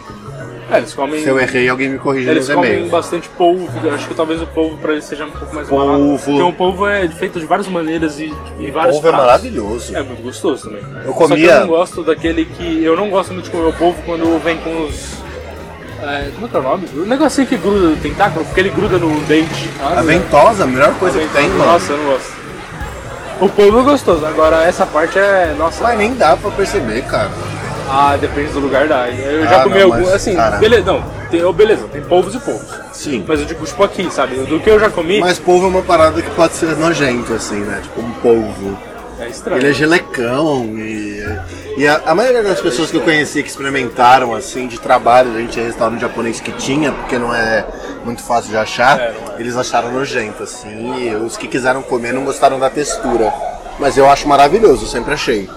É, eles comem,
Se eu errei, alguém me corrija
eles
nos
comem
e-mails.
bastante polvo, eu acho que talvez o polvo pra eles seja um pouco mais
Polvo.
barato. Então o polvo é feito de várias maneiras e, e vários
Ovo é
pratos.
maravilhoso.
É muito gostoso também.
Eu
Só que eu
comia-
não gosto daquele que. Eu não gosto muito de comer o polvo quando vem com os. é, como é que é o nome? O negocinho que gruda no tentáculo, porque ele gruda no dente. Ah,
A ventosa, a melhor coisa que tem, mano.
Nossa, eu não gosto. O polvo é gostoso, agora essa parte é. Nossa,
Mas nem dá pra perceber, cara.
ah, depende do lugar da. Eu já
Ah,
comi
não,
algum.
mas,
assim,
cara.
beleza. Não, tem, oh, beleza, tem polvos e polvos.
Sim.
Mas eu digo, tipo, aqui, sabe? Do que eu já comi,
Mas polvo é uma parada que pode ser nojento, assim, né? Tipo um polvo.
é
Ele é
estranho.
gelecão e. E a, a maioria das pessoas que eu conheci que experimentaram, assim, de trabalho, a gente é restaurante japonês que tinha, porque não é muito fácil de achar,
É, não é.
eles acharam nojento, assim, e os que quiseram comer não gostaram da textura. Mas eu acho maravilhoso, eu sempre achei.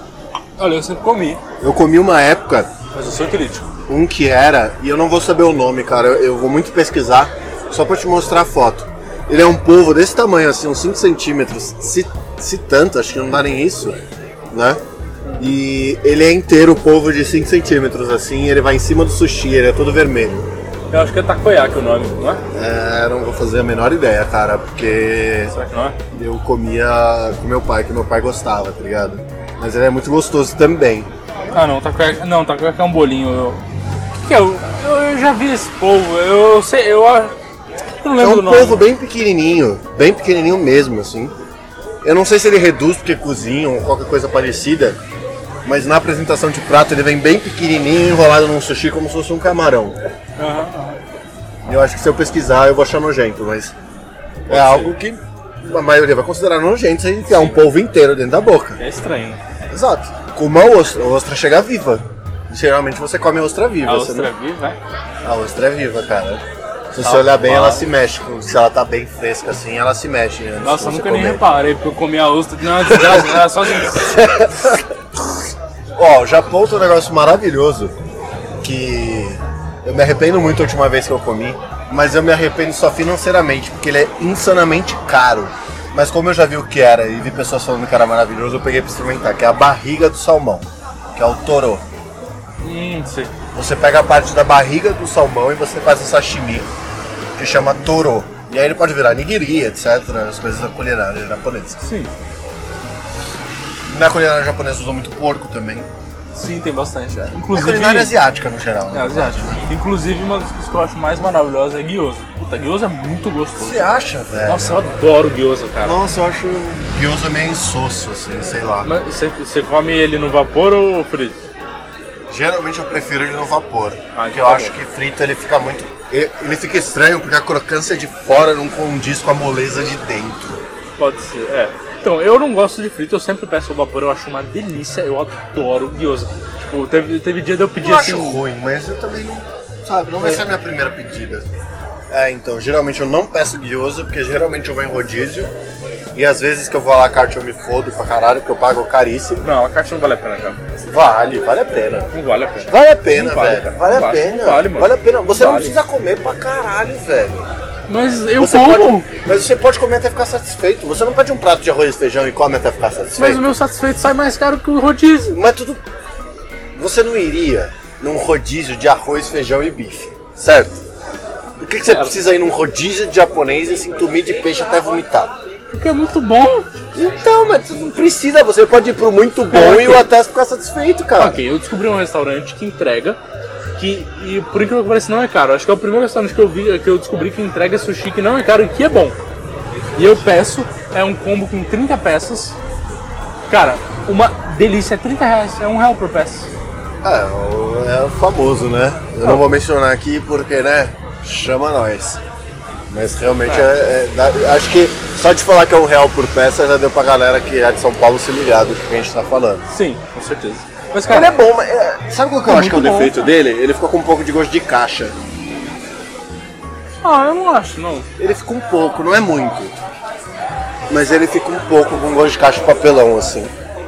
Olha, eu sempre comi,
Eu comi uma época
mas eu sou crítico.
um que era, e eu não vou saber o nome, cara, eu, eu vou muito pesquisar, só pra te mostrar a foto. Ele é um polvo desse tamanho, assim, uns 5 centímetros, se, se tanto, acho que não dá nem isso, né? E ele é inteiro o polvo de 5 centímetros, assim, ele vai em cima do sushi, ele é todo vermelho.
Eu acho que é takoyaki o nome, não é?
É, não vou fazer a menor ideia, cara, porque
Será que não é?
eu comia com meu pai, que meu pai gostava, tá ligado? Mas ele é muito gostoso também.
Ah não, takoyaki, não, takoyaki é um bolinho. Eu... O que, que é? Eu, eu já vi esse polvo, eu sei, eu, a- eu não
É
lembro do
um
nome.
polvo bem pequenininho, bem pequenininho mesmo, assim. Eu não sei se ele reduz porque cozinham ou qualquer coisa parecida, mas na apresentação de prato ele vem bem pequenininho, enrolado num sushi como se fosse um camarão. Eu acho que se eu pesquisar eu vou achar nojento, mas é algo que a maioria vai considerar nojento se enfiar um polvo inteiro dentro da boca.
É estranho.
Exato. Como a ostra, a ostra chega viva. Geralmente você come a ostra viva.
A
você
ostra viva, é?
não- a ostra é viva, cara. Se você
Tá
olhar bem, ela
bom.
se mexe. Se ela tá bem fresca assim, ela se mexe. antes
Nossa, eu
de você
nunca nem
comer.
reparei, porque eu comi a ostra de uma desgraça, era só de...
Ó, o Japão tem um negócio maravilhoso que eu me arrependo muito a última vez que eu comi, mas eu me arrependo só financeiramente, porque ele é insanamente caro. Mas como eu já vi o que era e vi pessoas falando que era maravilhoso, eu peguei pra experimentar, que é a barriga do salmão, que é o toro.
Hum, não sei.
Você pega a parte da barriga do salmão e você faz um sashimi, que chama toro. E aí ele pode virar nigiri, etc, as coisas da culinária japonesa.
Sim.
Na culinária japonesa usam muito porco também.
Sim, tem bastante. é.
Na
Inclusive...
É culinária asiática no geral, né?
É, asiático. Inclusive, uma das coisas que eu acho mais maravilhosa é guioso. Puta, guioso é muito gostoso.
Você acha, velho?
Nossa, eu adoro guioso, cara.
Nossa, eu acho gyoza meio insosso, assim, sei lá.
Mas Você, você come ele no vapor ou frito?
Geralmente eu prefiro ele no vapor,
Ah,
porque
de
eu
vapor.
acho que frito ele fica muito... Ele ele fica estranho porque a crocância de fora não condiz com a moleza de dentro.
Pode ser, é. Então, eu não gosto de frito, eu sempre peço o vapor, eu acho uma delícia, eu adoro guioso. Tipo, teve, teve dia de eu pedir
Eu
assim...
acho ruim, mas eu também não... Sabe, não vai ser a minha primeira pedida. É, então, geralmente eu não peço gyoza, porque geralmente eu vou em rodízio. E às vezes que eu vou à la carte eu me fodo pra caralho, porque eu pago caríssimo.
Não, a caixa não vale a pena, cara.
Vale, vale a pena.
Não vale a pena.
Vale a pena,
Não vale,
velho.
cara.
Vale a
Não vale.
pena.
Vale, mano.
a pena. Você não
Vale.
precisa comer pra caralho, velho.
Mas eu
Você
como...
pode, mas você pode comer até ficar satisfeito. Você não pede um prato de arroz e feijão e come até ficar
Mas o
satisfeito.
meu satisfeito sai mais caro que o rodízio.
Mas, tudo. Você não iria num rodízio de arroz, feijão e bife, certo? Por que, que você precisa ir num rodízio de japonês e se entumir de peixe até vomitar?
Porque é muito bom.
Então, mas você não precisa. Você pode ir pro muito bom e o até ficar satisfeito, cara.
Ok, eu descobri um restaurante que entrega, que e por incrível que pareça não é caro. Acho que é o primeiro restaurante que eu vi que eu descobri que entrega sushi que não é caro e que é bom. E eu peço, é um combo com 30 peças. Cara, uma delícia, é 30 reais, é um real por peça.
É, o- é o famoso, né? Eu não vou mencionar aqui porque, né? Chama nós. Mas realmente é. é- dá- acho que só de falar que é um real por peça já deu pra galera que é de São Paulo se ligar do que a gente tá falando.
Sim, com certeza. Mas
Ele é
cara,
bom, mas. é- sabe qual que eu
É
acho que é o
muito bom,
defeito
cara.
dele? Ele ficou com um pouco de gosto de caixa.
ah, eu não acho, não.
Ele fica um pouco, não é muito. Mas ele fica um pouco com gosto de caixa de papelão, assim.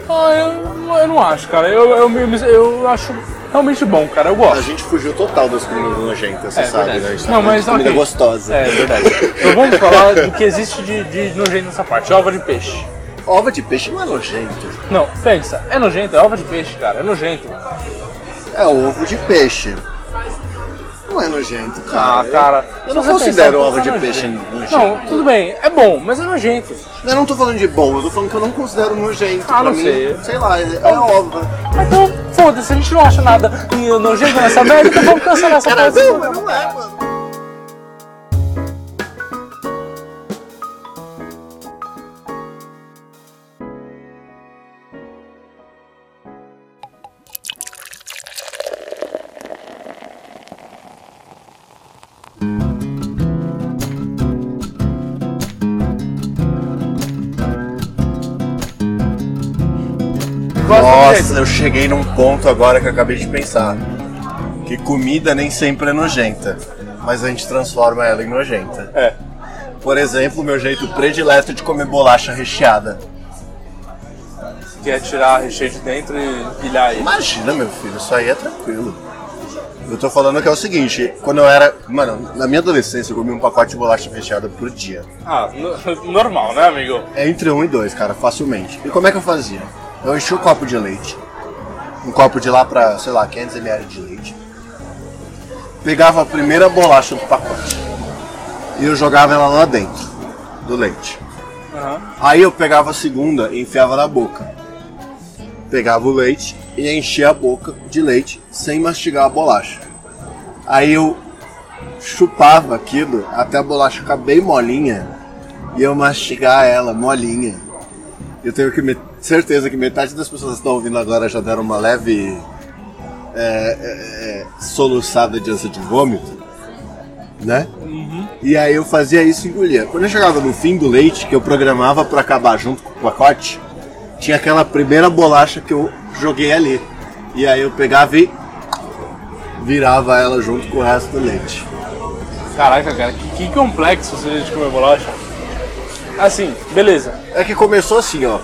Ah, eu, eu não acho, cara. Eu, eu, me- eu acho realmente bom, cara. Eu
A
gosto.
gente fugiu total das comidas nojentas, você
É,
sabe,
verdade.
né? A gente tá
Não,
falando
mas
de comida
ok.
gostosa.
É verdade. Então vamos falar do que existe de, de nojento nessa parte. Ova de peixe.
Ova de peixe não é nojento.
Não, pensa. É nojento, é ova de peixe, cara. É nojento.
É ovo de peixe. Não é nojento, cara.
Ah, cara.
Eu não
se você
considero
pensar,
ovo de
é
peixe um
nojento.
nojento.
Não, tudo bem. É bom, mas é nojento.
Eu não tô falando de bom, eu tô falando que eu não considero nojento.
Ah,
pra
não
mim,
sei.
Sei lá, é, é ovo.
Então, foda-se, a gente não acha nada e nojento nessa merda, então vamos cancelar essa
Cara, não,
coisa.
mas não é, mano. Nossa, eu cheguei num ponto agora que eu acabei de pensar. Que comida nem sempre é nojenta, mas a gente transforma ela em nojenta.
É.
Por exemplo, meu jeito predileto de comer bolacha recheada.
Quer é tirar recheio de dentro e pilhar ele.
Imagina, meu filho, isso aí é tranquilo. Eu tô falando que é o seguinte, quando eu era. Mano, na minha adolescência eu comi um pacote de bolacha recheada por dia.
Ah, no- normal, né, amigo?
É entre um e dois, cara, facilmente. E como é que eu fazia? Eu enchi o copo de leite. Um copo de lá pra, sei lá, 500ml de leite. Pegava a primeira bolacha do pacote. E eu jogava ela lá dentro do leite.
Aham.
Aí eu pegava a segunda e enfiava na boca. Pegava o leite e enchia a boca de leite sem mastigar a bolacha. Aí eu chupava aquilo até a bolacha ficar bem molinha e eu mastigar ela molinha. Eu tenho que me- certeza que metade das pessoas que estão ouvindo agora já deram uma leve é, é, é, soluçada de ânsia de vômito, né? E aí eu fazia isso e engolia. Quando eu chegava no fim do leite, que eu programava para acabar junto com o pacote, tinha aquela primeira bolacha que eu joguei ali. E aí eu pegava e virava ela junto com o resto do leite.
Caraca, cara, que, que complexo seria de comer bolacha. Assim, beleza.
É que começou assim, ó.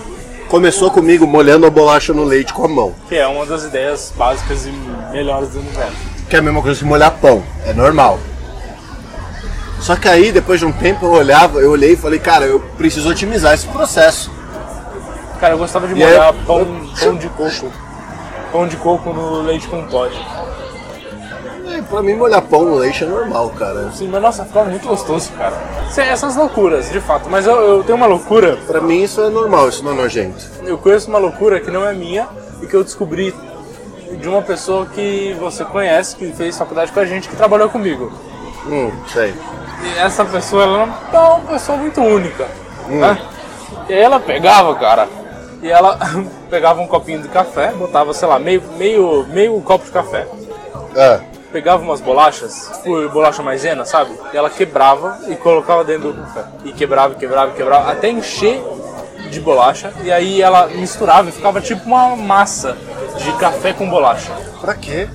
Começou comigo molhando a bolacha no leite com a mão.
Que é uma das ideias básicas e melhores do universo.
Que é a mesma coisa que molhar pão, é normal. Só que aí, depois de um tempo, eu olhava, eu olhei e falei, cara, eu preciso otimizar esse processo.
Cara, eu gostava de
E aí-
molhar pão, pão de coco. Pão de coco no leite com toddy.
E pra mim, molhar pão no leite é normal, cara.
Sim, mas nossa, ficava muito gostoso, cara. Sim, essas loucuras, de fato. Mas eu, eu tenho uma loucura,
Pra mim, isso é normal, isso não é nojento.
eu conheço uma loucura que não é minha e que eu descobri de uma pessoa que você conhece, que fez faculdade com a gente, que trabalhou comigo.
Hum, sei.
E essa pessoa, ela não- é uma pessoa muito única.
Hum.
Né? E aí ela pegava, cara, e ela pegava um copinho de café, botava, sei lá, meio, meio, meio copo de café.
Ah,
Pegava umas bolachas, tipo bolacha maisena, sabe? E ela quebrava e colocava dentro do café. E quebrava, quebrava, quebrava, até encher de bolacha. E aí ela misturava e ficava tipo uma massa de café com bolacha.
pra quê?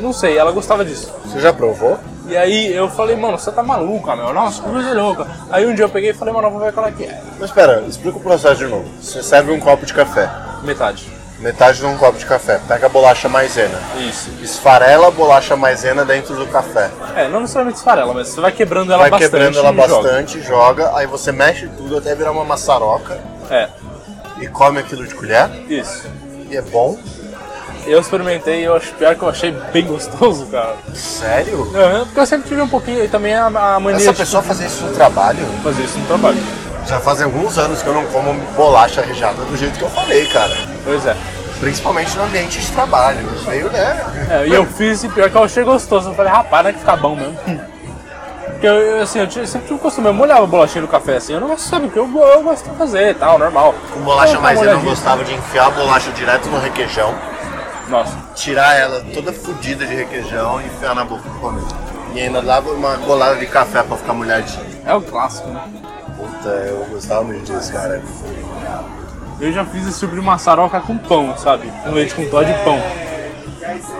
Não sei, ela gostava disso.
Você já provou?
E aí eu falei, mano, você tá maluca, meu? Nossa, que coisa louca. Aí um dia eu peguei e falei, mano, vamos ver qual é que é.
Mas espera, explica o processo de novo. Você serve um copo de café,
Metade.
metade de um copo de café, pega a bolacha maisena,
Isso.
esfarela a bolacha maisena dentro do café,
É, não necessariamente esfarela, mas você vai quebrando ela
vai
bastante.
quebrando ela
e joga.
bastante, joga. aí você mexe tudo até virar uma maçaroca
É,
e come aquilo de colher,
isso.
e é bom.
Eu experimentei e eu acho pior que eu achei bem gostoso, cara.
Sério?
Aham, porque eu sempre tive um pouquinho, e também a, a mania
Essa
de
pessoa fazer isso no trabalho?
fazer isso no trabalho.
Já faz alguns anos que eu não como bolacha rejada do jeito que eu falei, cara.
Pois é.
Principalmente no ambiente de trabalho. Isso aí, né?
É, E eu fiz e pior que eu achei gostoso. Eu falei, rapaz, né, que fica bom mesmo. Porque eu, eu, assim, eu, tinha- sempre tive o costume, eu molhava a bolachinha no café assim, eu não gosto, sabe o que eu, eu gosto de fazer e tal, normal.
Com bolacha
Eu dou uma
mais eu não
olhadinha.
gostava de enfiar a bolacha direto no requeijão,
Nossa,
tirar ela toda fodida de requeijão e enfiar na boca e comer. E ainda dava uma colada de café pra ficar molhadinho.
é o clássico, né?
Puta, eu gostava muito disso, cara.
Eu já fiz esse tipo de maçaroca com pão, sabe? Com leite com toddy e pão.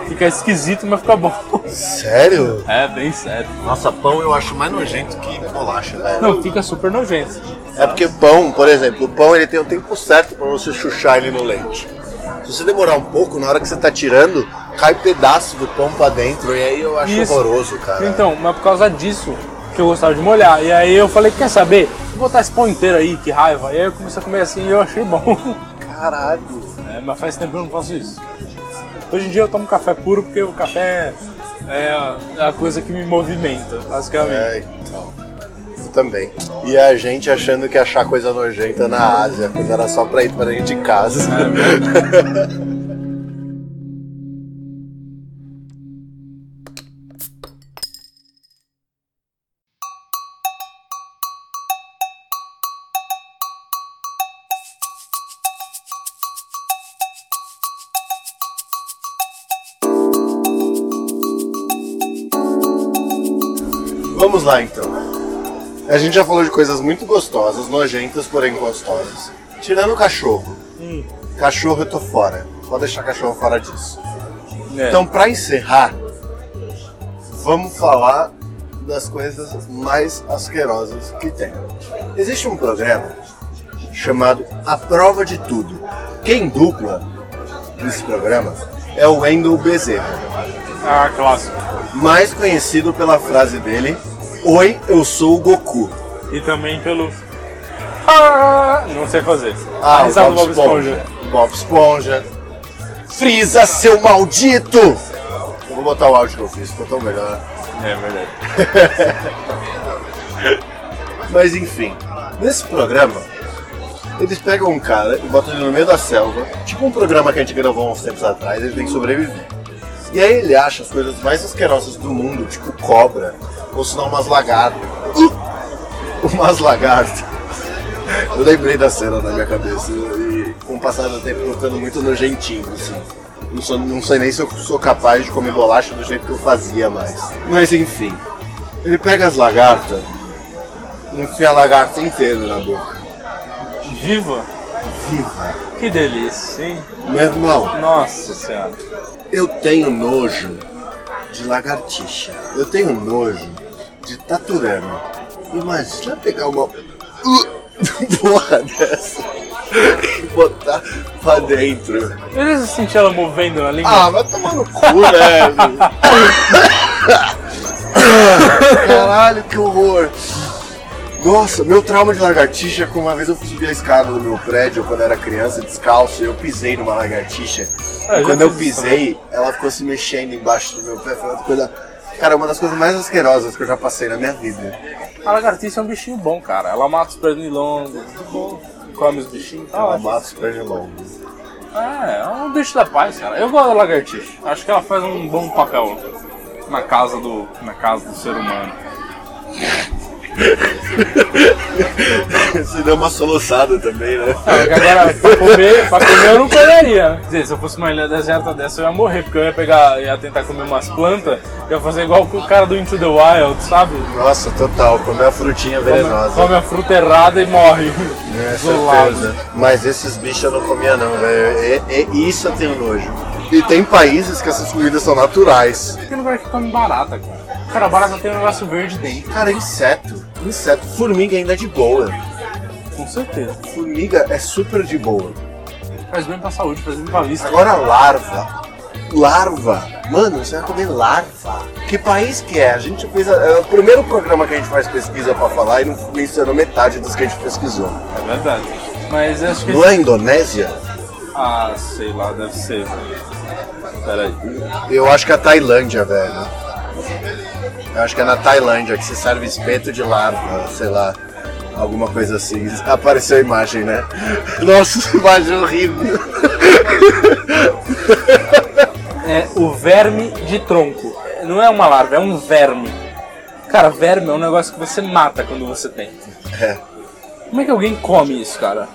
Fica esquisito, mas fica bom.
Sério?
É, bem sério.
Nossa, pão eu acho mais nojento que bolacha, né? velho.
Não, fica super nojento.
É porque pão, por exemplo, o pão ele tem o tempo certo pra você chuchar ele no leite. Se você demorar um pouco, na hora que você tá tirando, cai pedaço do pão pra dentro e aí eu acho
Isso.
horroroso, cara.
Então, mas por causa disso que eu gostava de molhar. E aí eu falei, quer saber? Vou botar esse pão inteiro aí, que raiva. E aí eu comecei a comer assim e eu achei bom.
Caralho.
É, mas faz tempo que eu não faço isso. Hoje em dia eu tomo café puro porque o café é a- é a coisa que me movimenta, basicamente.
É, então. Eu também. E a gente achando que achar coisa nojenta na Ásia, quando era só pra ir pra dentro de casa. Vamos lá então. A gente já falou de coisas muito gostosas, nojentas, porém gostosas. Tirando o cachorro. Cachorro eu tô fora. Pode deixar cachorro fora disso.
É.
Então, pra encerrar, vamos falar das coisas mais asquerosas que tem. Existe um programa chamado A Prova de Tudo. Quem dupla nesse programa é o Wendel Bezerra,
Ah, clássico.
mais conhecido pela frase dele: Oi, eu sou o Goku.
E também pelo. Ah, não sei fazer. A
Ah,
risada
o
do
Bob Esponja. Bob Esponja. Frieza, seu maldito! Eu vou botar o áudio que eu fiz, ficou tão melhor.
É verdade.
Mas enfim, nesse programa, eles pegam um cara e botam ele no meio da selva, tipo um programa que a gente gravou há uns tempos atrás, ele tem que sobreviver. E aí ele acha as coisas mais asquerosas do mundo, tipo cobra, ou se não umas lagartas. Umas lagartas. Eu lembrei da cena na minha cabeça e com o passar do tempo tô ficando muito nojentinho, assim. Não, sou, não sei nem se eu sou capaz de comer bolacha do jeito que eu fazia mais. Mas enfim, ele pega as lagartas, enfia a lagarta inteira na boca.
Viva?
Viva!
Que delícia, hein?
Meu irmão,
Nossa senhora.
eu tenho nojo de lagartixa. Eu tenho nojo de taturana. Imagina pegar uma uh, porra dessa e botar pra dentro.
Eu já senti ela movendo na língua.
Ah, vai tomar no cu, né? Caralho, que horror. Nossa, meu trauma de lagartixa é que uma vez eu subi a escada do meu prédio quando eu era criança, descalço, e eu pisei numa lagartixa.
Ah, eu
e
já
quando eu
fiz isso
pisei, ela ficou se mexendo embaixo do meu pé. Foi uma coisa. Cara, uma das coisas mais asquerosas que eu já passei na minha vida.
A lagartixa é um bichinho bom, cara. Ela mata os pernilongos, de boa. come os bichinhos. Tá
Ela
ótimo.
É mata os pernilongos.
É, é um bicho da paz, cara. Eu gosto da lagartixa. Acho que ela faz um bom papel na casa do, na casa do ser humano.
Você deu uma soluçada também, né?
É, que Agora, pra comer, pra comer eu não comeria. Quer dizer, se eu fosse uma ilha deserta dessa, eu ia morrer, porque eu ia pegar, ia tentar comer umas plantas, ia fazer igual com o cara do Into the Wild, sabe?
Nossa, total, comer a frutinha venenosa.
Come a fruta errada e morre.
É,
Isolado.
certeza. Mas esses bichos eu não comia não, velho. É, é- isso eu tenho nojo. E tem países que essas comidas são naturais.
Tem lugar que come barata, cara. Cara, barata tem um negócio verde dentro.
Cara, inseto. Inseto. Formiga ainda é de boa.
Com certeza.
Formiga é super de boa.
Faz bem pra saúde, faz bem pra vista.
Agora larva. Larva. Mano, você vai comer larva. Que país que é? A gente fez. a- é o primeiro programa que a gente faz pesquisa pra falar e não mencionou metade dos que a gente pesquisou.
É verdade. Mas eu acho que.
Não é Indonésia?
Ah, sei lá, deve ser. Peraí.
Eu acho que é a Tailândia, velho. Eu acho que é na Tailândia que se serve espeto de larva, sei lá. Alguma coisa assim. Apareceu a imagem, né? Nossa, imagem horrível.
É o verme de tronco. Não é uma larva, é um verme. Cara, verme é um negócio que você mata quando você tem.
É.
Como é que alguém come isso, cara?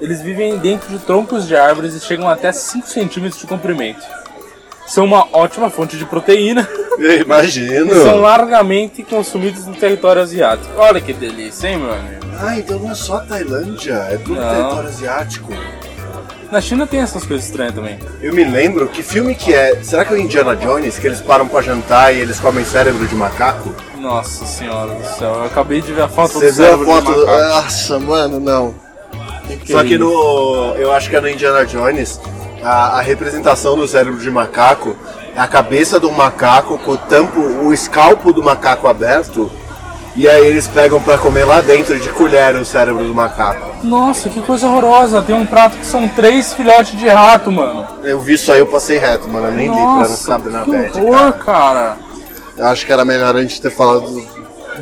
Eles vivem dentro de troncos de árvores e chegam até 5 centímetros de comprimento. São uma ótima fonte de proteína
Eu
e são
imagino.
largamente consumidos no território asiático. Olha que delícia, hein, meu amigo?
Ah, então não é só a Tailândia, é tudo
Não.
território asiático.
Na China tem essas coisas estranhas também.
Eu me lembro que filme que é. Será que é o Indiana Jones, que eles param pra jantar e eles comem cérebro de macaco?
Nossa senhora do céu, eu acabei de ver a foto
Você
do
viu a
cérebro de
foto? do-
macaco.
Nossa, mano, não.
Que
Só que é
isso?
no. Eu acho que é no Indiana Jones, a, a representação do cérebro de macaco é a cabeça do macaco com o tampo, o escalpo do macaco aberto. E aí eles pegam pra comer lá dentro de colher o cérebro do macaco.
Nossa, que coisa horrorosa. Tem um prato que são três filhotes de rato, mano.
Eu vi isso aí, eu passei reto, mano. Eu nem li pra não
Nossa,
saber um na
que
bad,
horror,
cara.
cara.
Eu acho que era melhor a gente ter falado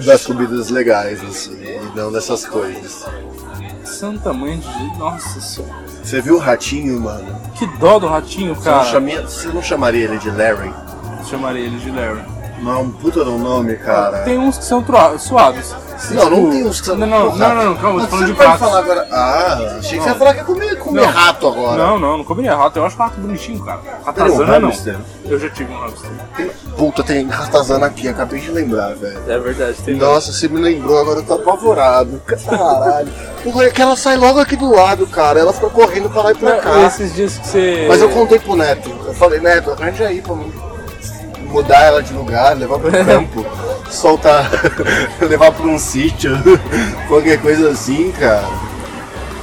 das comidas legais, assim, e não dessas coisas.
Santa mãe de... Nossa senhora.
Você viu o ratinho, mano?
Que dó do ratinho,
Você não,
cara.
chamia- você não chamaria ele de Larry?
Chamaria ele de Larry.
Não, é um puta de um nome, cara.
Tem uns que são trua- suaves.
Não,
Tipo,
não tem uns que são.
Não, não,
Porra.
não, não, não, calma, eu
Mas
tô falando de
você pode
pratos.
falar agora. Ah, achei que você ia falar que ia comer, comer
Não.
rato agora.
Não, não, não comeria rato. Eu acho rato bonitinho, cara.
Ele é
Ratazana
um
não.
hamster.
Eu já tive um hamster.
Puta, tem ratazana aqui, acabei de lembrar, velho.
É verdade, tem
Nossa, você me lembrou, agora eu tô apavorado. Caralho. Porra, é que ela sai logo aqui do lado, cara. Ela fica correndo pra lá e pra cá.
Esses dias que você...
Mas eu contei pro Neto. Eu falei, Neto, arranja aí pra mim. Mudar ela de lugar, levar pro campo, soltar, levar pra um sítio, qualquer coisa assim, cara.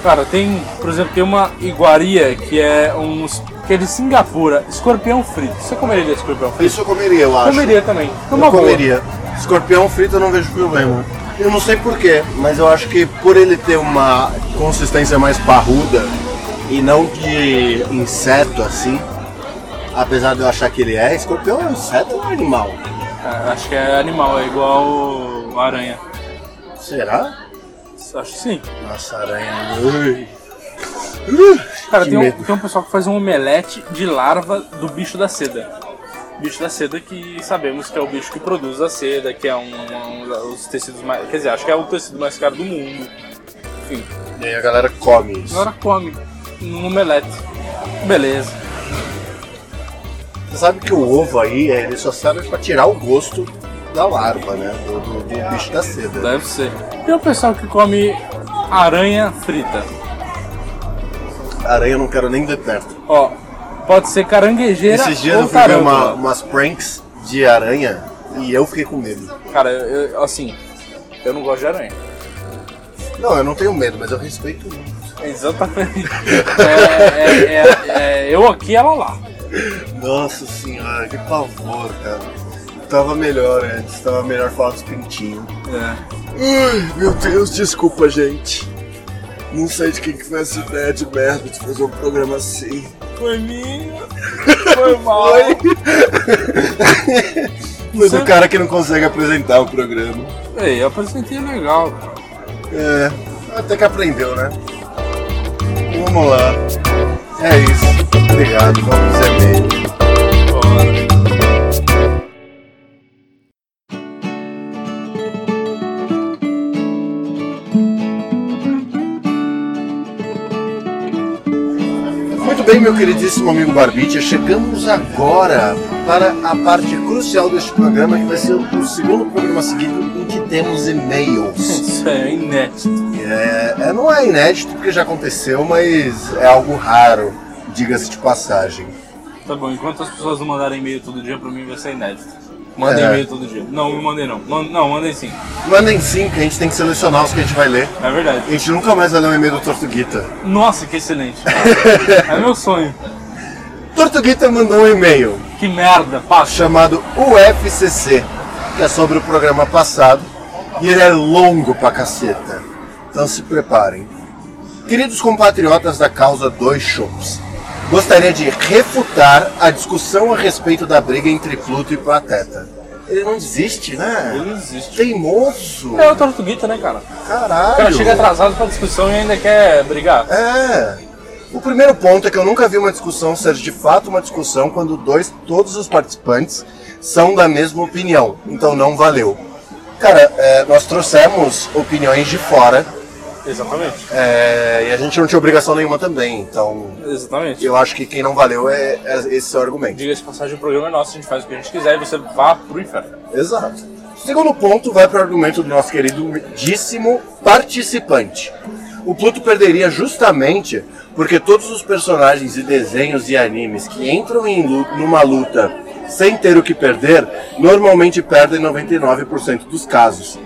Cara, tem, por exemplo, tem uma iguaria que é um... es- Que é de Singapura, escorpião frito. Você comeria escorpião frito?
Isso eu comeria, eu acho.
Comeria também. É uma
Eu
boa.
comeria. Escorpião frito eu não vejo problema. Eu não sei porquê, mas eu acho que por ele ter uma consistência mais parruda e não de inseto assim, apesar de eu achar que ele é, escorpião é um inseto ou é um animal?
É, acho que é animal, é igual aranha.
Será?
Acho que sim.
Nossa, aranha. Ui.
Cara,
Que
tem um,
medo.
tem um pessoal que faz um omelete de larva do bicho da seda. Bicho da seda que sabemos que é o bicho que produz a seda, que é um, um- os tecidos mais. Quer dizer, acho que é o tecido mais caro do mundo. enfim.
E aí a galera come isso.
Agora come um omelete. Beleza.
Você sabe que o ovo aí, é, ele só serve pra tirar o gosto da larva, né? Do, do- do bicho da seda.
Deve ser. Tem o pessoal que come aranha frita.
Aranha eu não quero nem ver perto.
Ó, pode ser caranguejeira
Esses dias
ou
eu fui ver
caramba.
uma- umas pranks de aranha e eu fiquei com medo.
Cara, eu, eu- assim, eu não gosto de aranha.
Não, eu não tenho medo, mas eu respeito.
Exatamente. É, é- é- é eu aqui, ela lá.
Nossa senhora, que pavor, cara. Tava melhor antes, tava melhor falar dos pintinhos.
É.
Ai, meu Deus, desculpa, gente. Não sei de quem que foi essa ideia de merda de fazer um programa assim.
Foi minha. Foi mal.
Mas o cara que não consegue apresentar o programa.
Ei, eu apresentei legal. cara.
É, até que aprendeu, né? Vamos lá. É isso. Obrigado, vamos pro e-mail.
Bora.
Muito bem, meu queridíssimo amigo Barbicha, chegamos agora para a parte crucial deste programa, que vai ser o segundo programa seguido em que temos e-mails.
Isso é inédito.
É, é, não é inédito porque já aconteceu, mas é algo raro, diga-se de passagem.
Tá bom, enquanto as pessoas não mandarem e-mail todo dia, pra mim vai ser inédito. Mandem
É.
e-mail todo dia. Não, não mandem não. Man- Não, mandem sim.
Mandem sim, que a gente tem que selecionar os que a gente vai ler.
É verdade.
A gente nunca mais vai ler um e-mail do Tortuguita.
Nossa, que excelente. é meu sonho.
Tortuguita mandou um e-mail
Que merda, passa.
chamado UFCC, que é sobre o programa passado, e ele é longo pra caceta. Então se preparem. Queridos compatriotas da causa Dois Shows, gostaria de refutar a discussão a respeito da briga entre Pluto e Pateta. Ele não desiste, né?
Ele não desiste.
Teimoso.
É o Tortuguita, né, cara? O cara
Caralho.
chega atrasado pra discussão e ainda quer brigar.
É. O primeiro ponto é que eu nunca vi uma discussão ser de fato uma discussão quando dois, todos os participantes são da mesma opinião. Então não valeu. Cara, é, nós trouxemos opiniões de fora
Exatamente.
é, e a gente não tinha obrigação nenhuma também. Então
Exatamente.
eu acho que quem não valeu é, é esse seu argumento.
Diga-se de passagem, o programa é nosso, a gente faz o que a gente quiser e você vá pro inferno.
Exato. Segundo ponto vai para o argumento do nosso queridíssimo participante. O Pluto perderia justamente porque todos os personagens e desenhos e animes que entram em lu- numa luta sem ter o que perder, normalmente perdem 99% dos casos.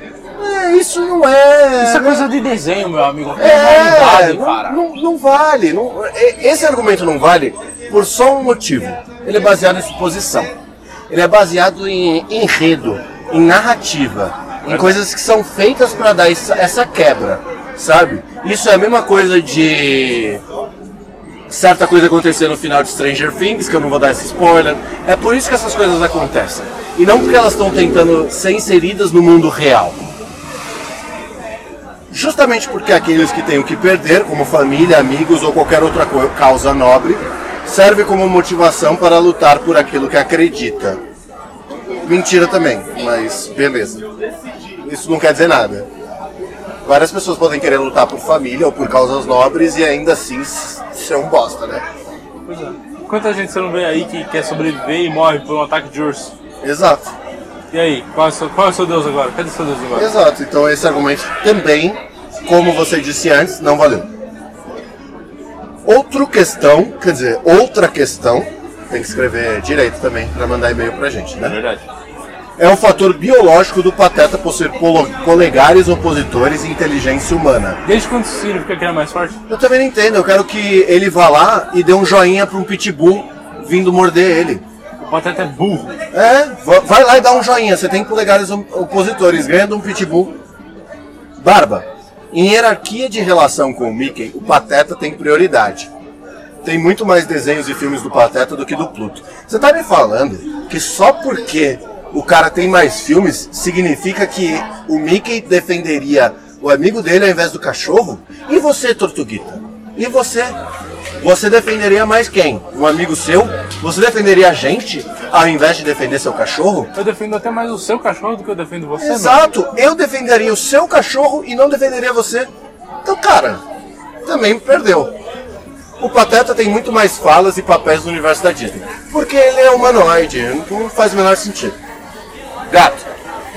É, isso não é.
Isso é coisa de desenho, meu amigo. É,
É,
verdade,
não,
cara.
não- não vale. não- e- esse argumento não vale por só um motivo. Ele é baseado em suposição. Ele é baseado em enredo, em narrativa, em coisas que são feitas para dar essa, essa quebra, sabe? Isso é a mesma coisa de certa coisa acontecer no final de Stranger Things, que eu não vou dar esse spoiler. É por isso que essas coisas acontecem. E não porque elas estão tentando ser inseridas no mundo real. Justamente porque aqueles que têm o que perder, como família, amigos ou qualquer outra co- causa nobre, serve como motivação para lutar por aquilo que acredita. Mentira também, mas beleza. Isso não quer dizer nada. Várias pessoas podem querer lutar por família ou por causas nobres e ainda assim s- ser um bosta, né?
Pois é. Quanta gente você não vê aí que quer sobreviver e morre por um ataque de urso?
Exato,
E aí, qual é o seu, qual é o seu Deus agora? Cadê o seu Deus agora?
exato. Então esse argumento também, como você disse antes, não valeu. Outra questão, quer dizer, outra questão, tem que escrever direito também para mandar e-mail pra gente, né?
verdade.
é o fator biológico do pateta possuir polo- polegares opositores e inteligência humana.
Desde quando isso significa que ele é mais forte?
Eu também não entendo, eu quero que ele vá lá e dê um joinha pra um pitbull vindo morder ele.
O Pateta é burro.
É, va- vai lá e dá um joinha, você tem polegares op- opositores, ganha de um pitbull. Barba, em hierarquia de relação com o Mickey, o pateta tem prioridade. Tem muito mais desenhos e filmes do Pateta do que do Pluto. Você tá me falando que só porque o cara tem mais filmes significa que o Mickey defenderia o amigo dele ao invés do cachorro? E você, Tortuguita? E você? Você defenderia mais quem? Um amigo seu? Você defenderia a gente ao invés de defender seu cachorro?
Eu defendo até mais o seu cachorro do que eu defendo você, meu.
Exato! Eu defenderia o seu cachorro e não defenderia você. Então, cara, também perdeu. O Pateta tem muito mais falas e papéis no universo da Disney. Porque ele é humanoide, não faz o menor sentido. Gato,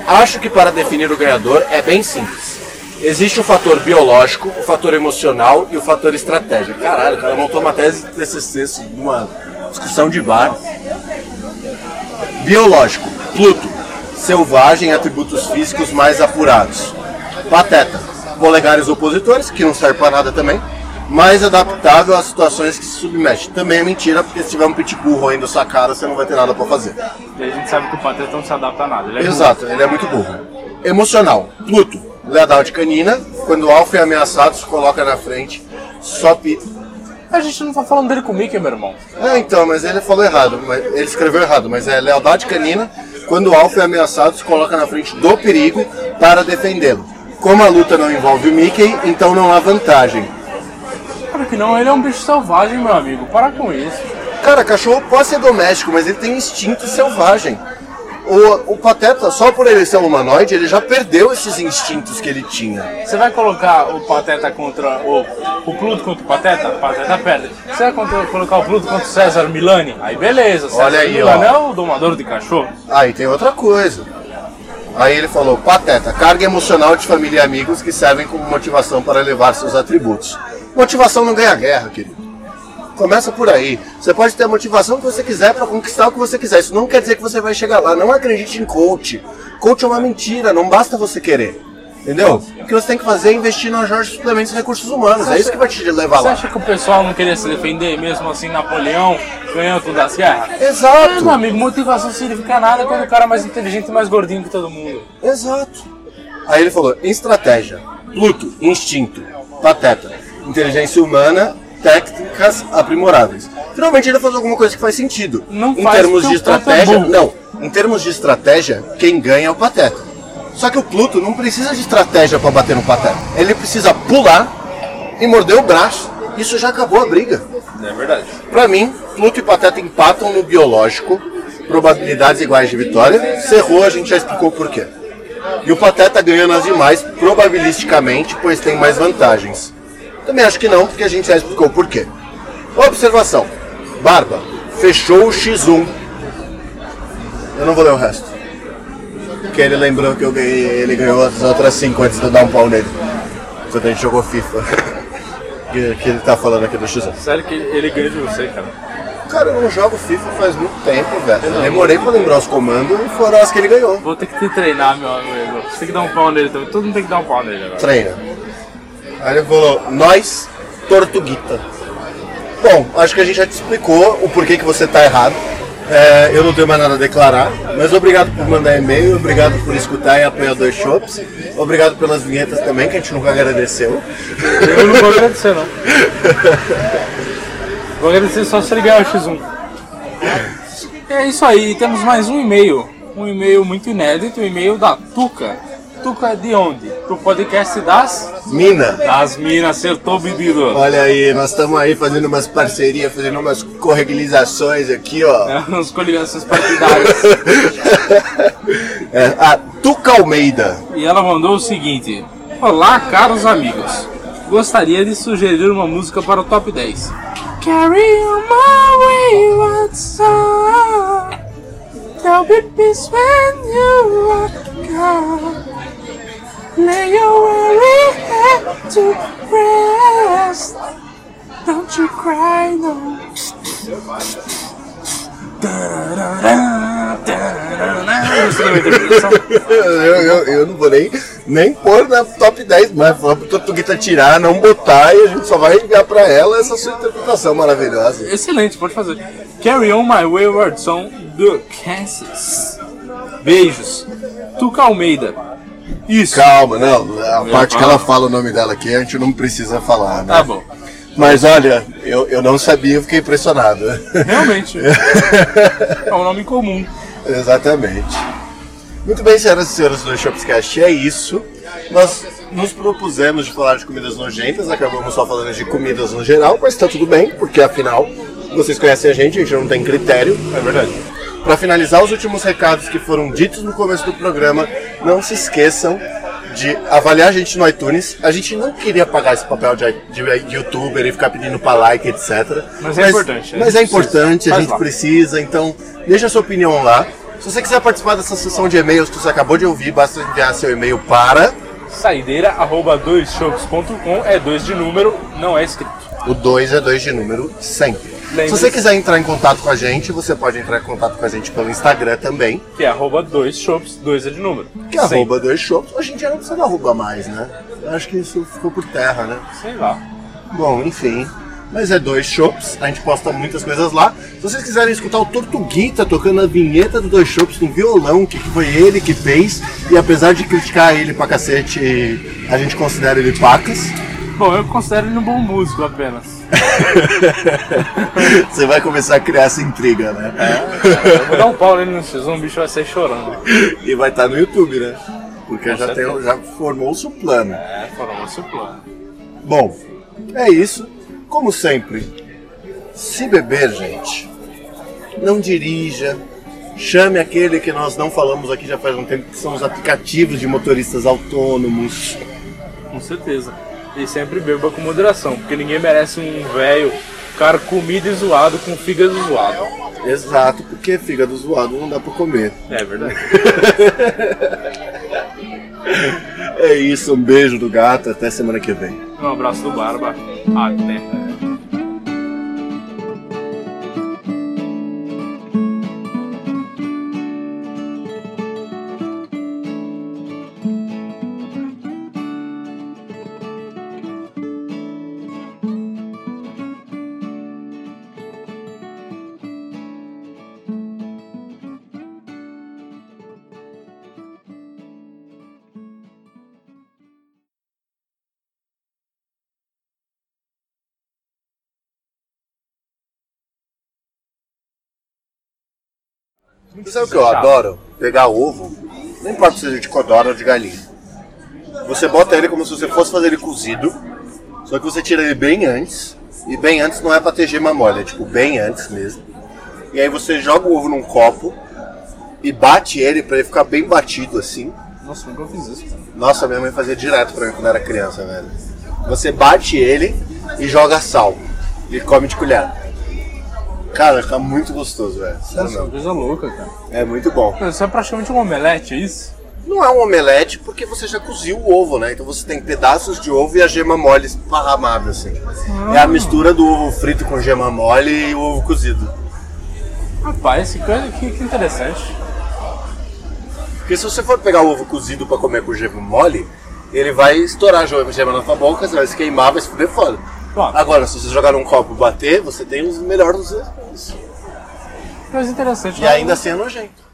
acho que para definir o ganhador é bem simples. Existe o fator biológico, o fator emocional e o fator estratégia. Caralho, o cara montou uma tese de TCC assim, numa discussão de bar. Biológico, Pluto, selvagem, atributos físicos mais apurados. Pateta, polegares opositores, que não serve pra nada também. Mais adaptável às situações que se submete. Também é mentira, porque se tiver um pitbull roendo sua cara, você não vai ter nada pra fazer.
E a gente sabe que o Pateta não se adapta a nada. Ele é
Exato, ele é muito burro. Emocional. Pluto, lealdade canina. Quando o alfa é ameaçado, se coloca na frente. Só pita.
burro. A gente não tá falando dele com o Mickey, meu irmão.
Ah, então, mas ele falou errado. mas- Ele escreveu errado, mas é lealdade canina. Quando o alfa é ameaçado, se coloca na frente do perigo para defendê-lo. Como a luta não envolve o Mickey, então não há vantagem.
Claro que não, ele é um bicho selvagem, meu amigo. Para com isso.
Cara, cachorro pode ser doméstico, mas ele tem um instinto selvagem. O, o Pateta, só por ele ser um humanoide, ele já perdeu esses instintos que ele tinha.
Você vai colocar o Pateta contra o. O Pluto contra o Pateta? O Pateta perde. Você vai contra- colocar o Pluto contra o César Milani? Aí beleza, César
Olha aí,
Milani
ó.
é o domador de cachorro.
Aí tem outra coisa. Aí ele falou, pateta, carga emocional de família e amigos que servem como motivação para elevar seus atributos. Motivação não ganha guerra, querido. Começa por aí. Você pode ter a motivação que você quiser para conquistar o que você quiser. Isso não quer dizer que você vai chegar lá. Não acredite em coach. Coach é uma mentira, não basta você querer. Entendeu? O que você tem que fazer é investir na Jorge Suplementos e Recursos Humanos. É isso que vai te levar
Você
lá.
acha que o pessoal não queria se defender, mesmo assim Napoleão ganhou todas as guerras? É, meu
Exato,
amigo, motivação não significa nada quando o cara é mais inteligente e mais gordinho que todo mundo.
exato. Aí ele falou: estratégia, Pluto, instinto, pateta, inteligência humana, técnicas aprimoráveis. Finalmente ele faz alguma coisa que faz sentido.
Não
em
faz,
termos
porque
de
o Pluto é
estratégia,
burro.
não. Em termos de estratégia, quem ganha é o pateta. Só que o Pluto não precisa de estratégia para bater no pateta. Ele precisa pular e morder o braço. Isso já acabou a briga.
É verdade.
Pra mim, Pluto e Pateta empatam no biológico, probabilidades iguais de vitória. Cerrou, a gente já explicou por quê. E o Pateta ganha nas demais, probabilisticamente, pois tem mais vantagens. Também acho que não, porque a gente já explicou por quê. Observação: Barba fechou o X1. Eu não vou ler o resto. Porque ele lembrou que eu ganhei, ele ganhou as outras 5 antes de eu dar um pau nele. Quando a gente jogou FIFA. que, que ele tá falando aqui do X1.
Sério que ele ganha de você, cara.
Cara, eu não jogo FIFA faz muito tempo, velho. Eu demorei pra lembrar os comandos e foram as que ele ganhou.
Vou ter que te treinar, meu amigo. Você tem que dar um pau nele também. Todo mundo tem que dar um pau nele agora.
Treina. Aí ele falou, nós, Tortuguita. Bom, acho que a gente já te explicou o porquê que você tá errado. É, eu não tenho mais nada a declarar, mas obrigado por mandar e-mail, obrigado por escutar e apoiar dois shops, obrigado pelas vinhetas também, que a gente nunca agradeceu.
Eu não vou agradecer, não. Vou agradecer só se ele ganhar o X1. É isso aí, temos mais um e-mail. Um e-mail muito inédito, um e-mail da Tuca. Tuca de onde? Do podcast das...
Mina,
Das minas, acertou o bebido.
olha aí, nós estamos aí fazendo umas parcerias, fazendo umas correguilizações aqui, ó.
As coligações partidárias.
É, a Tuca Almeida.
E ela mandou o seguinte: Olá, caros amigos. Gostaria de sugerir uma música para o top 10. Carry on my wayward song. There'll be peace when you are gone. Lay your weary head to rest. Don't you cry, no. Tararara, tararara. Instrumento de percussão.
Eu, eu- eu não vou nem, nem pôr na top 10, mas falar pro Tortuguita tirar, não botar, e a gente só vai enviar pra ela essa sua interpretação maravilhosa.
Excelente, pode fazer. Carry on my wayward song do Kansas. Beijos. Tuca Almeida. Isso.
Calma, não, a parte que ela fala o nome dela aqui, a gente não precisa falar, né?
Tá bom.
Mas olha, eu, eu não sabia, eu fiquei impressionado.
Realmente. é um nome comum.
Exatamente. Muito bem, senhoras e senhores do Shopscast, é isso. Nós nos propusemos de falar de comidas nojentas, acabamos só falando de comidas no geral, mas tá tudo bem, porque afinal, vocês conhecem a gente, a gente não tem critério.
É verdade.
Para finalizar os últimos recados que foram ditos no começo do programa, não se esqueçam de avaliar a gente no iTunes. A gente não queria pagar esse papel de, de- de youtuber e ficar pedindo pra like, etc.
Mas é importante, né?
Mas é importante, a
Faz
gente
lá.
precisa, então deixa a sua opinião lá. Se você quiser participar dessa sessão de e-mails que você acabou de ouvir, basta enviar seu e-mail para
Saideira arroba doisshows.com é dois de número, não é escrito.
o 2 é 2 de número sempre.
Lembre-se.
Se você quiser entrar em contato com a gente, você pode entrar em contato com a gente pelo Instagram também,
Que é arroba dois shows, dois é de número.
que é arroba 2 shows. Hoje em dia não precisa de arroba mais, né? Eu acho que isso ficou por terra, né?
Sei lá.
Bom, enfim. Mas é dois shows, a gente posta muitas coisas lá. Se vocês quiserem escutar o Tortuguita tocando a vinheta do Dois Shops no violão, que foi ele que fez, e apesar de criticar ele pra cacete, a gente considera ele pacas.
Bom, eu considero ele um bom músico apenas.
Você vai começar a criar essa intriga, né?
Eu vou dar um pau nele no X1, o bicho vai sair chorando.
E vai estar no YouTube, né? Porque
Com
já, tem-
certeza.
já formou-se o plano.
É, foram esse o plano.
Bom, é isso. Como sempre, se beber, gente, não dirija. Chame aquele que nós não falamos aqui já faz um tempo, que são os aplicativos de motoristas autônomos.
Com certeza. E sempre beba com moderação, porque ninguém merece um velho cara comido e zoado com fígado zoado.
Exato, porque fígado zoado não dá pra comer.
É verdade.
É isso, um beijo do gato, até semana que vem.
Um abraço do Barba. Ah, né? Até.
Sabe o que eu adoro? Pegar ovo, não importa se é de codorna ou de galinha. Você bota ele como se você fosse fazer ele cozido, só que você tira ele bem antes, e bem antes não é pra ter gema mole, é tipo bem antes mesmo. E aí você joga o ovo num copo e bate ele pra ele ficar bem batido assim.
Nossa, nunca fiz isso.
Nossa, minha mãe fazia direto pra mim quando era criança, velho. Você bate ele e joga sal. E come de colher. Cara, fica muito gostoso, velho. Sério
Nossa,
mesmo.
coisa louca, cara.
É muito bom.
Mano, Isso é praticamente um omelete, é isso?
Não é um omelete porque você já coziu o ovo, né? Então você tem pedaços de ovo e a gema mole esparramada, assim. É a mistura do ovo frito com gema mole e o ovo cozido.
Rapaz, que coisa que, que interessante.
Porque se você for pegar o ovo cozido pra comer com gema mole, ele vai estourar a gema gema na sua boca, você vai se queimar, vai se fuder fora.
Claro.
Agora, se você jogar num copo e bater, você tem os melhores dos resultados.
Coisa interessante.
E ainda assim é nojento.